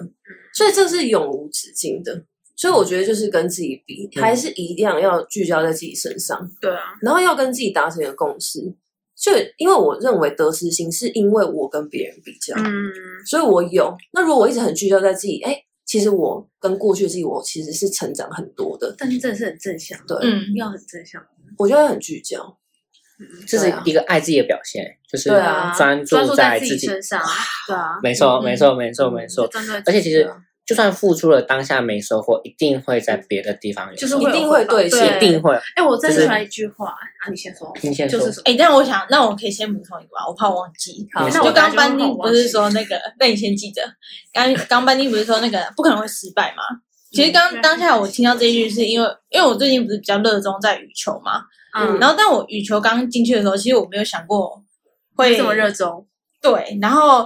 Speaker 1: 所以这是永无止境的。所以我觉得就是跟自己比，
Speaker 5: 嗯
Speaker 1: 还是一样要聚焦在自己身上，
Speaker 3: 对啊，
Speaker 1: 然后要跟自己达成一个共识。就因为我认为得失心是因为我跟别人比较，
Speaker 3: 嗯，
Speaker 1: 所以我有。那如果我一直很聚焦在自己，哎，其实我跟过去的自己，我其实是成长很多的。
Speaker 3: 但是真的是很正向，
Speaker 1: 对，
Speaker 8: 嗯
Speaker 3: 要很正向。嗯
Speaker 1: 我觉得很聚焦。
Speaker 5: 这是一个爱自己的表现，就是
Speaker 1: 对啊
Speaker 5: 专
Speaker 3: 啊专注在
Speaker 5: 在
Speaker 3: 自
Speaker 5: 自
Speaker 3: 己身上，对啊，
Speaker 5: 没错，
Speaker 8: 嗯
Speaker 5: 没错，没错，没错
Speaker 3: 就。专注在自
Speaker 5: 而
Speaker 3: 己
Speaker 5: 且其实
Speaker 1: 对啊
Speaker 5: 就算付出了，当下没收获，一定会在别的地方有
Speaker 3: 就
Speaker 5: 收
Speaker 3: 是
Speaker 5: 获，
Speaker 1: 一定会对
Speaker 3: 是
Speaker 1: 是
Speaker 5: 一定。会。
Speaker 3: 哎，我真
Speaker 5: 就是
Speaker 3: 喜欢一句话啊，你先说，
Speaker 5: 你先
Speaker 3: 就
Speaker 5: 说
Speaker 3: 是什么？
Speaker 6: 哎、但我想，那我可以先补充一个吧，我怕忘记。
Speaker 1: 好
Speaker 5: 那
Speaker 6: 就
Speaker 3: 我本
Speaker 6: 刚
Speaker 3: 来就
Speaker 6: 班
Speaker 3: 很
Speaker 6: 尼
Speaker 3: 好
Speaker 6: 不
Speaker 3: 忘
Speaker 6: 是
Speaker 3: 记
Speaker 6: 说那个，那你先记着。刚刚班尼不是说那个不可能会失败吗？其实
Speaker 3: 嗯对啊
Speaker 6: 刚当下我听到这一句，是因为因为我最近不是比较热衷在羽球嘛，
Speaker 3: 嗯，
Speaker 6: 然后但我羽球刚进去的时候，其实我没有想过会
Speaker 3: 这么热衷，
Speaker 6: 对，然后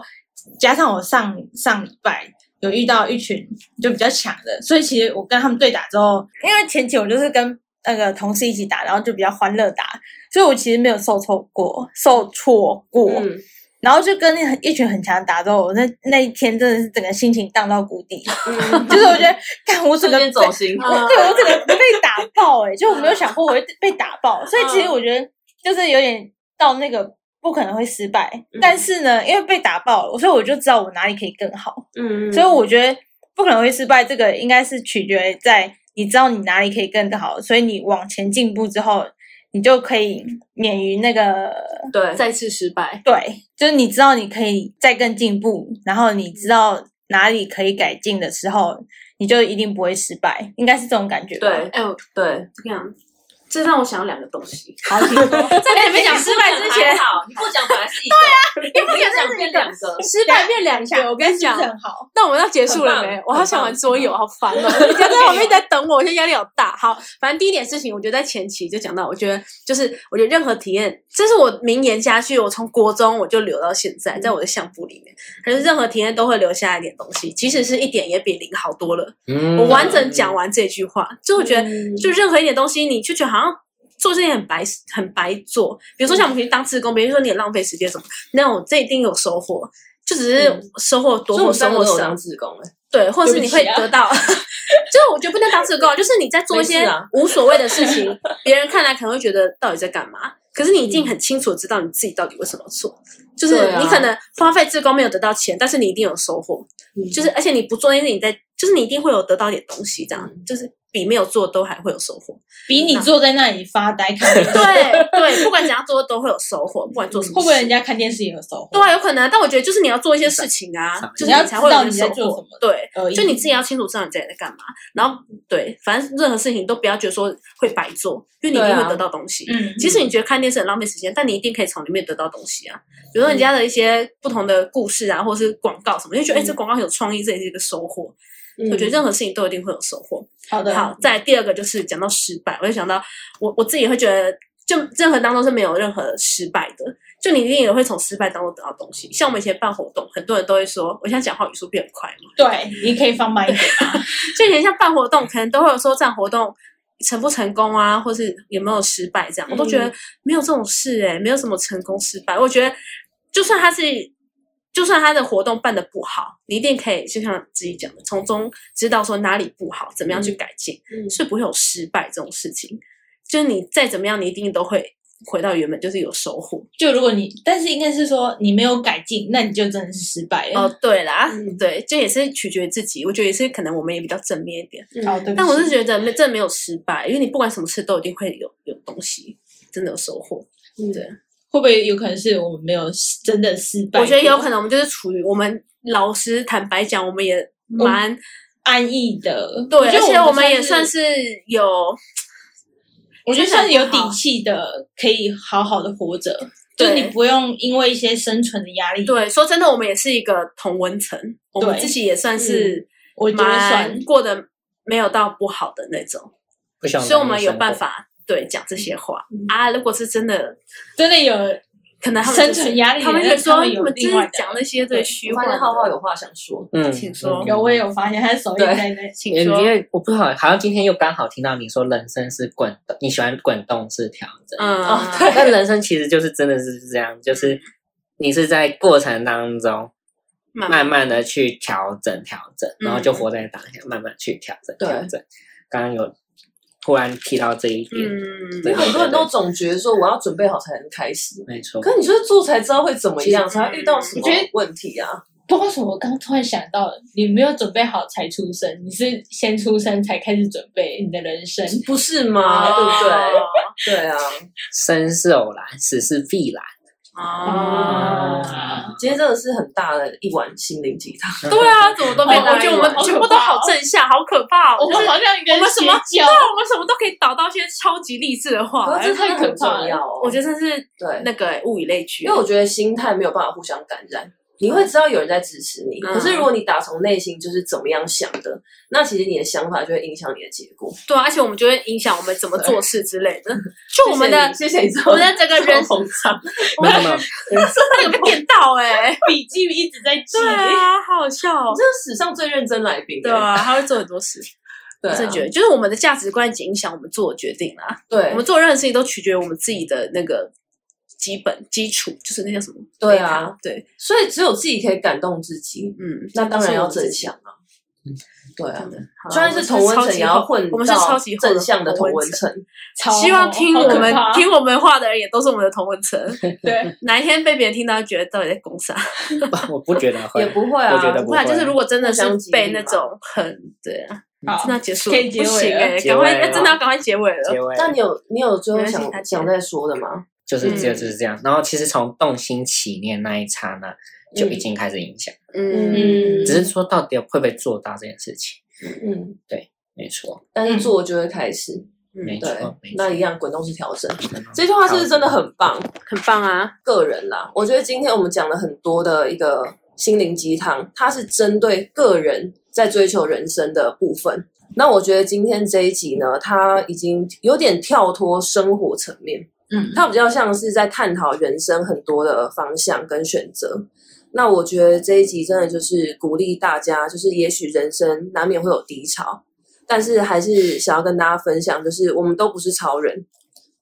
Speaker 6: 加上我上上礼拜有遇到一群就比较强的，所以其实我跟他们对打之后，因为前期我就是跟那个同事一起打，然后就比较欢乐打，所以我其实没有受挫过，受挫过。
Speaker 1: 嗯，
Speaker 6: 然后就跟那一群很强的打之后，我那那一天真的是整个心情荡到谷底，
Speaker 1: 嗯
Speaker 6: 就是我觉得，看我
Speaker 1: 瞬
Speaker 6: 整个嗯
Speaker 1: 间
Speaker 6: 被
Speaker 1: 走心。
Speaker 6: 我对我整个被打爆哎、欸，就我
Speaker 1: 嗯
Speaker 6: 没有想过我会被打爆，所以其实我觉得就是有点到那个不可能会失败，
Speaker 1: 嗯
Speaker 6: 但是呢，因为被打爆了，所以我就知道我哪里可以更好，
Speaker 1: 嗯，
Speaker 6: 所以我觉得不可能会失败，这个应该是取决在你知道你哪里可以更好，所以你往前进步之后，你就可以免于那个
Speaker 1: 对，
Speaker 8: 再次失败，
Speaker 6: 对，就是你知道你可以再更进步，然后你知道哪里可以改进的时候，你就一定不会失败，应该是这种感觉吧。
Speaker 1: 对
Speaker 3: 哎，我
Speaker 1: 对，
Speaker 3: 这个样，这让我想到两个东西。
Speaker 1: 好，你 说
Speaker 3: 在你没讲失败之前，
Speaker 1: 好，你不讲本来是一个，对啊，你不讲变两个，
Speaker 8: 失败变两个。我跟你讲
Speaker 6: 是，很好。
Speaker 8: 那我们要结束了没
Speaker 1: 很棒？
Speaker 8: 我好想玩桌游，好烦哦！人家在旁边一直在等我，我现在压力好大。好，反正第一点事情，我觉得在前期就讲到，我觉得就是我觉得任何体验，这是我名言佳句，我从国中我就留到现在，在我的相簿里面，可是任何体验都会留下一点东西，即使是一点，也比零好多了。
Speaker 5: 嗯
Speaker 8: 我完整讲完这句话，就我觉得
Speaker 1: 嗯
Speaker 8: 就任何一点东西，你就觉得好像做这件很白很白做。比如说像我们可以当志工，比如说你很浪费时间什么，那种这一定有收获，就只是
Speaker 1: 嗯
Speaker 8: 收获多
Speaker 1: 所以
Speaker 8: 或收
Speaker 1: 我们三个
Speaker 8: 获
Speaker 3: 啊
Speaker 1: 都有
Speaker 8: 少
Speaker 1: 当，志工哎，
Speaker 8: 对，或者是你会
Speaker 6: 对不起啊
Speaker 8: 得到，
Speaker 3: 就是我觉得不能当社工啊，就是你在做一
Speaker 1: 没
Speaker 3: 些
Speaker 1: 事啊
Speaker 3: 无所谓的事情，别人看来可能会觉得到底在干嘛，可是你
Speaker 6: 嗯
Speaker 3: 一定很清楚地知道你自己到底为什么做。就是
Speaker 1: 对啊
Speaker 3: 你可能花费志工没有得到钱，但是你一定有收获。就是而且你不做那些，你在就是你一定会有得到一点东西，这样
Speaker 6: 嗯
Speaker 3: 就是比没有做都还会有收 获。
Speaker 6: 比你坐在那里发呆看， 会
Speaker 3: 对对，不管怎样做都会有收获，不管做什么
Speaker 6: 不
Speaker 3: 事，
Speaker 6: 嗯会人家看电视也有收获？
Speaker 3: 对啊，有可能啊。但我觉得就是你要做一些事情啊
Speaker 5: 想，
Speaker 3: 就是
Speaker 6: 你要
Speaker 3: 才会
Speaker 6: 知道
Speaker 3: 有
Speaker 6: 你在
Speaker 3: 收
Speaker 6: 做
Speaker 3: 获
Speaker 6: 什么
Speaker 3: 对，
Speaker 6: 而已
Speaker 3: 就你自己要清楚知道你自己在干嘛，然后对，反正任何事情都不要觉得说会白做，因为你一定
Speaker 1: 对
Speaker 3: 会
Speaker 1: 啊
Speaker 3: 得到东西。
Speaker 6: 嗯，
Speaker 3: 即使你觉得看电视很浪费时间，但你一定可以从里面得到东西啊，
Speaker 1: 嗯
Speaker 3: 比如说人家的一些不同的故事啊，或是广告什
Speaker 1: 嗯
Speaker 3: 么，就觉得哎、这广告很有创意，这也是一个收获。我觉得任何事情都一定会有收获。
Speaker 6: 好
Speaker 1: 啊
Speaker 6: 的，
Speaker 3: 好，再来第二个就是讲到失败，我就想到我我自己会觉得，就任何当中是没有任何失败的，就你一定也会从失败当中得到东西。像我们以前办活动，很多人都会说，我现在讲话语速变很快嘛，
Speaker 6: 对，你可以放慢一点，
Speaker 3: 就以前像办活动，可能都会有说这样活动。成不成功啊，或是有没有失败，这样我都觉得没有这种事哎、没有什么成功失败。我觉得就算他是，就算他的活动办的不好，你一定可以就像自己讲的，从中知道说哪里不好，怎么样去改进。是不会有失败这种事情。就是你再怎么样，你一定都会回到原本，就是有收获。
Speaker 6: 就如果你，但是应该是说你没有改进，那你就真的是失败了。
Speaker 3: 哦，对啦，
Speaker 1: 嗯
Speaker 3: 对，这也是取决于自己。我觉得也是，可能我们也比较正面一点。
Speaker 6: 好，嗯哦对不起
Speaker 3: 但我是觉得没，真的没有失败，因为你不管什么事都一定会有有东西，真的有收获。
Speaker 1: 嗯
Speaker 6: 会不会有可能是我们没有真的失败？
Speaker 3: 我觉得有可能我们就是处于我们老实坦白讲，我们也蛮、
Speaker 6: 安逸的，
Speaker 3: 对，
Speaker 6: 嗯我觉
Speaker 3: 而
Speaker 6: 得
Speaker 3: 且我
Speaker 6: 我
Speaker 3: 们也算
Speaker 6: 算是，
Speaker 3: 是有
Speaker 6: 我觉得
Speaker 3: 就
Speaker 6: 算
Speaker 3: 是
Speaker 6: 是有
Speaker 3: 很好
Speaker 6: 底气的，可以好好的活着，就
Speaker 3: 对
Speaker 6: 是你不用因为一些生存的压力，
Speaker 3: 对。说真的，我们也是一个同温层，我们
Speaker 6: 对嗯
Speaker 3: 自己也算是、
Speaker 6: 我觉得算
Speaker 3: 蛮过得没有到不好的那种，
Speaker 5: 不想。
Speaker 3: 所以我们有办。法对讲这些话
Speaker 6: 嗯
Speaker 3: 啊。如果是真的，
Speaker 6: 真的有
Speaker 3: 可能他们
Speaker 6: 生
Speaker 3: 就是
Speaker 6: 存压力，
Speaker 3: 他们
Speaker 6: 那
Speaker 3: 就说你
Speaker 6: 有
Speaker 3: 们
Speaker 6: 另
Speaker 3: 真
Speaker 6: 外
Speaker 3: 的
Speaker 6: 的
Speaker 3: 讲那些
Speaker 6: 对
Speaker 3: 对
Speaker 1: 我
Speaker 3: 虚
Speaker 1: 发
Speaker 3: 幻
Speaker 1: 现
Speaker 3: 的
Speaker 1: 浩浩有话想说，
Speaker 5: 嗯，
Speaker 3: 请说
Speaker 6: 有，我也有发现他手一直
Speaker 1: 对
Speaker 6: 在那，
Speaker 3: 请
Speaker 5: 因
Speaker 3: 说。
Speaker 5: 为我不好，好像今天又刚好听到你说人生是滚动，你喜欢滚动式调整。
Speaker 3: 嗯，
Speaker 6: 哦
Speaker 5: 但人生其实就是真的是这样，就是你是在过程当中
Speaker 3: 慢慢
Speaker 5: 慢慢的去调整调整，然后就活在当下，慢慢去调整
Speaker 1: 嗯对
Speaker 5: 调整。刚刚有突然提到这一点，
Speaker 3: 嗯，
Speaker 1: 因为
Speaker 5: 对
Speaker 1: 很多人都总觉得说我要准备好才能开始，
Speaker 5: 没错。
Speaker 1: 可你就是做才知道会怎么样，
Speaker 3: 其实
Speaker 1: 才会遇到什么
Speaker 6: 我觉得
Speaker 1: 问题啊？
Speaker 6: 不过为什么我刚突然想到，你没有准备好才出生，你是先出生才开始准备你的人生。
Speaker 1: 不是
Speaker 3: 哦
Speaker 1: 吗？对不对？对啊，
Speaker 5: 生是偶然，死是必然。
Speaker 3: 哦，
Speaker 5: 啊
Speaker 1: 今天真的是很大的一碗心灵鸡汤。
Speaker 3: 对啊，怎么都被
Speaker 6: 哦
Speaker 3: 我觉得我们
Speaker 6: 好可怕哦
Speaker 3: 全部都好正向，好可怕哦！
Speaker 6: 我
Speaker 3: 就是
Speaker 6: 们好像一个
Speaker 3: 我们什么
Speaker 6: 邪 教
Speaker 3: 对啊我们什么都可以导到一些超级励志的话，
Speaker 1: 可是这
Speaker 6: 太
Speaker 1: 真的很
Speaker 6: 可怕了
Speaker 1: 重要哦。
Speaker 3: 我觉得这是
Speaker 1: 对，
Speaker 3: 那个物以类聚，啊
Speaker 1: 因为我觉得心态没有办法互相感染，你会知道有人在支持你，
Speaker 3: 嗯
Speaker 1: 可是如果你打从内心就是怎么样想的，那其实你的想法就会影响你的结果。
Speaker 3: 对啊，而且我们就会影响我们怎么做事之类的。就我们的
Speaker 1: 谢谢你，谢谢你
Speaker 3: 我们的整个人，
Speaker 1: 捧场，
Speaker 5: 没有没有，
Speaker 3: 那个被电到哎、
Speaker 6: 笔记一直在记，
Speaker 3: 对啊，好好笑哦
Speaker 1: 我。这是史上最认真来宾。欸
Speaker 3: 对啊，他会做很多事，
Speaker 1: 对
Speaker 3: 我
Speaker 1: 啊，
Speaker 3: 真的觉得，就是我们的价值观影响我们做的决定啦。
Speaker 1: 对
Speaker 3: 我们做任何事情都取决于我们自己的那个基本基础，就是那叫什么？
Speaker 1: 对啊，
Speaker 3: 对，
Speaker 1: 所以只有自己可以感动自己，
Speaker 3: 嗯，
Speaker 1: 那当然要
Speaker 3: 这是我
Speaker 1: 正
Speaker 3: 们自己
Speaker 1: 向啊。对啊
Speaker 3: 真，的。好啦
Speaker 1: 虽
Speaker 3: 嗯
Speaker 1: 然
Speaker 3: 我们
Speaker 1: 是同温层，也要混
Speaker 3: 我们是超
Speaker 1: 到
Speaker 3: 级厚的
Speaker 1: 正向的
Speaker 3: 同
Speaker 1: 同
Speaker 3: 温
Speaker 1: 温
Speaker 3: 层
Speaker 1: 层。
Speaker 6: 超
Speaker 3: 超级。希望听
Speaker 6: 好可
Speaker 3: 我们
Speaker 6: 怕
Speaker 3: 听我们话的人也都是我们的同温层，
Speaker 6: 对，
Speaker 3: 哪一天被别人听到，觉得到底在攻啥？
Speaker 5: 我不觉得会
Speaker 1: 也。不会啊，
Speaker 5: 我觉得
Speaker 3: 不然就是如果真的是
Speaker 1: 互相激励
Speaker 3: 被那
Speaker 1: 嘛
Speaker 3: 种很对啊，
Speaker 6: 好
Speaker 3: 真的要结束
Speaker 6: 可以结
Speaker 3: 不
Speaker 6: 尾
Speaker 3: 行
Speaker 6: 了
Speaker 3: 哎、
Speaker 5: 结
Speaker 3: 赶快
Speaker 5: 尾了
Speaker 3: 真的要赶快结尾了。
Speaker 5: 结尾
Speaker 1: 那你有你有最后
Speaker 3: 没关系
Speaker 1: 想
Speaker 3: 他接
Speaker 1: 想再说的吗？
Speaker 5: 就是
Speaker 3: 嗯
Speaker 5: 就就是这样。然后其实从动心起念那一刹那就已经开始影响，
Speaker 3: 嗯，
Speaker 5: 只是说到底会不会做到这件事情。
Speaker 1: 嗯，
Speaker 5: 没错，
Speaker 1: 但
Speaker 3: 嗯
Speaker 1: 是做就会开始，
Speaker 5: 没
Speaker 1: 嗯对
Speaker 5: 错，没，
Speaker 1: 那
Speaker 5: 错。
Speaker 1: 一样滚动式调整。这句话是不是真的很棒，
Speaker 3: 很棒啊，
Speaker 1: 个人啦，我觉得今天我们讲了很多的一个心灵鸡汤，它是针对个人在追求人生的部分。那我觉得今天这一集呢，它已经有点跳脱生活层面，
Speaker 6: 嗯，
Speaker 1: 它比较像是在探讨人生很多的方向跟选择。那我觉得这一集真的就是鼓励大家，就是也许人生难免会有低潮，但是还是想要跟大家分享，就是我们都不是超人，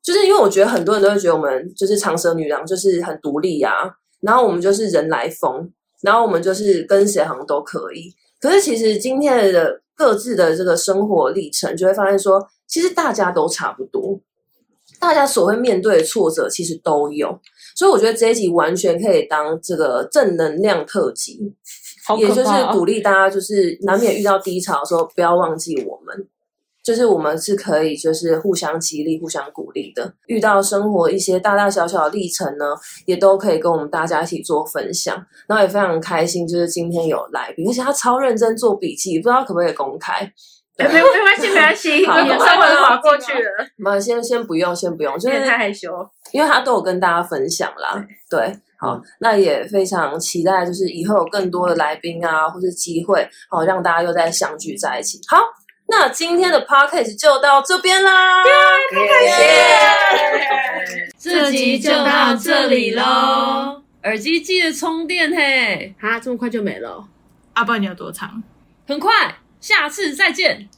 Speaker 1: 就是因为我觉得很多人都会觉得我们就是长舌女郎，就是很独立啊，然后我们就是人来疯，然后我们就是跟谁好像都可以。可是其实今天的各自的这个生活历程，就会发现说，其实大家都差不多，大家所会面对的挫折其实都有。所以我觉得这一集完全可以当这个正能量特辑，
Speaker 9: 好
Speaker 1: 也就
Speaker 9: 可
Speaker 1: 是
Speaker 6: 啊
Speaker 9: 怕哦
Speaker 1: 鼓励大家，就是难免遇到低潮的时候，不要忘记我们，就是我们是可以就是互相激励、互相鼓励的。遇到生活一些大大小小的历程呢，也都可以跟我们大家一起做分享。然后也非常开心，就是今天有来宾，而且他超认真做笔记，不知道可不可以公开。
Speaker 3: 哎，没没关系，没关系，
Speaker 1: 好
Speaker 3: 我稍微划过去了，
Speaker 1: 那先先不用，先不用，就
Speaker 3: 有
Speaker 1: 是
Speaker 3: 点太害羞。
Speaker 1: 因为他都有跟大家分享啦，对，好，那也非常期待，就是以后有更多的来宾啊，或是机会，好、让大家又再相聚在一起。好，那今天的 podcast 就到这边啦，
Speaker 10: 这集就到这里喽，
Speaker 1: 耳机记得充电嘿，
Speaker 10: 啊，这么快就没了哦？
Speaker 11: 阿、啊、不然你有多长？
Speaker 10: 很快，下次再见。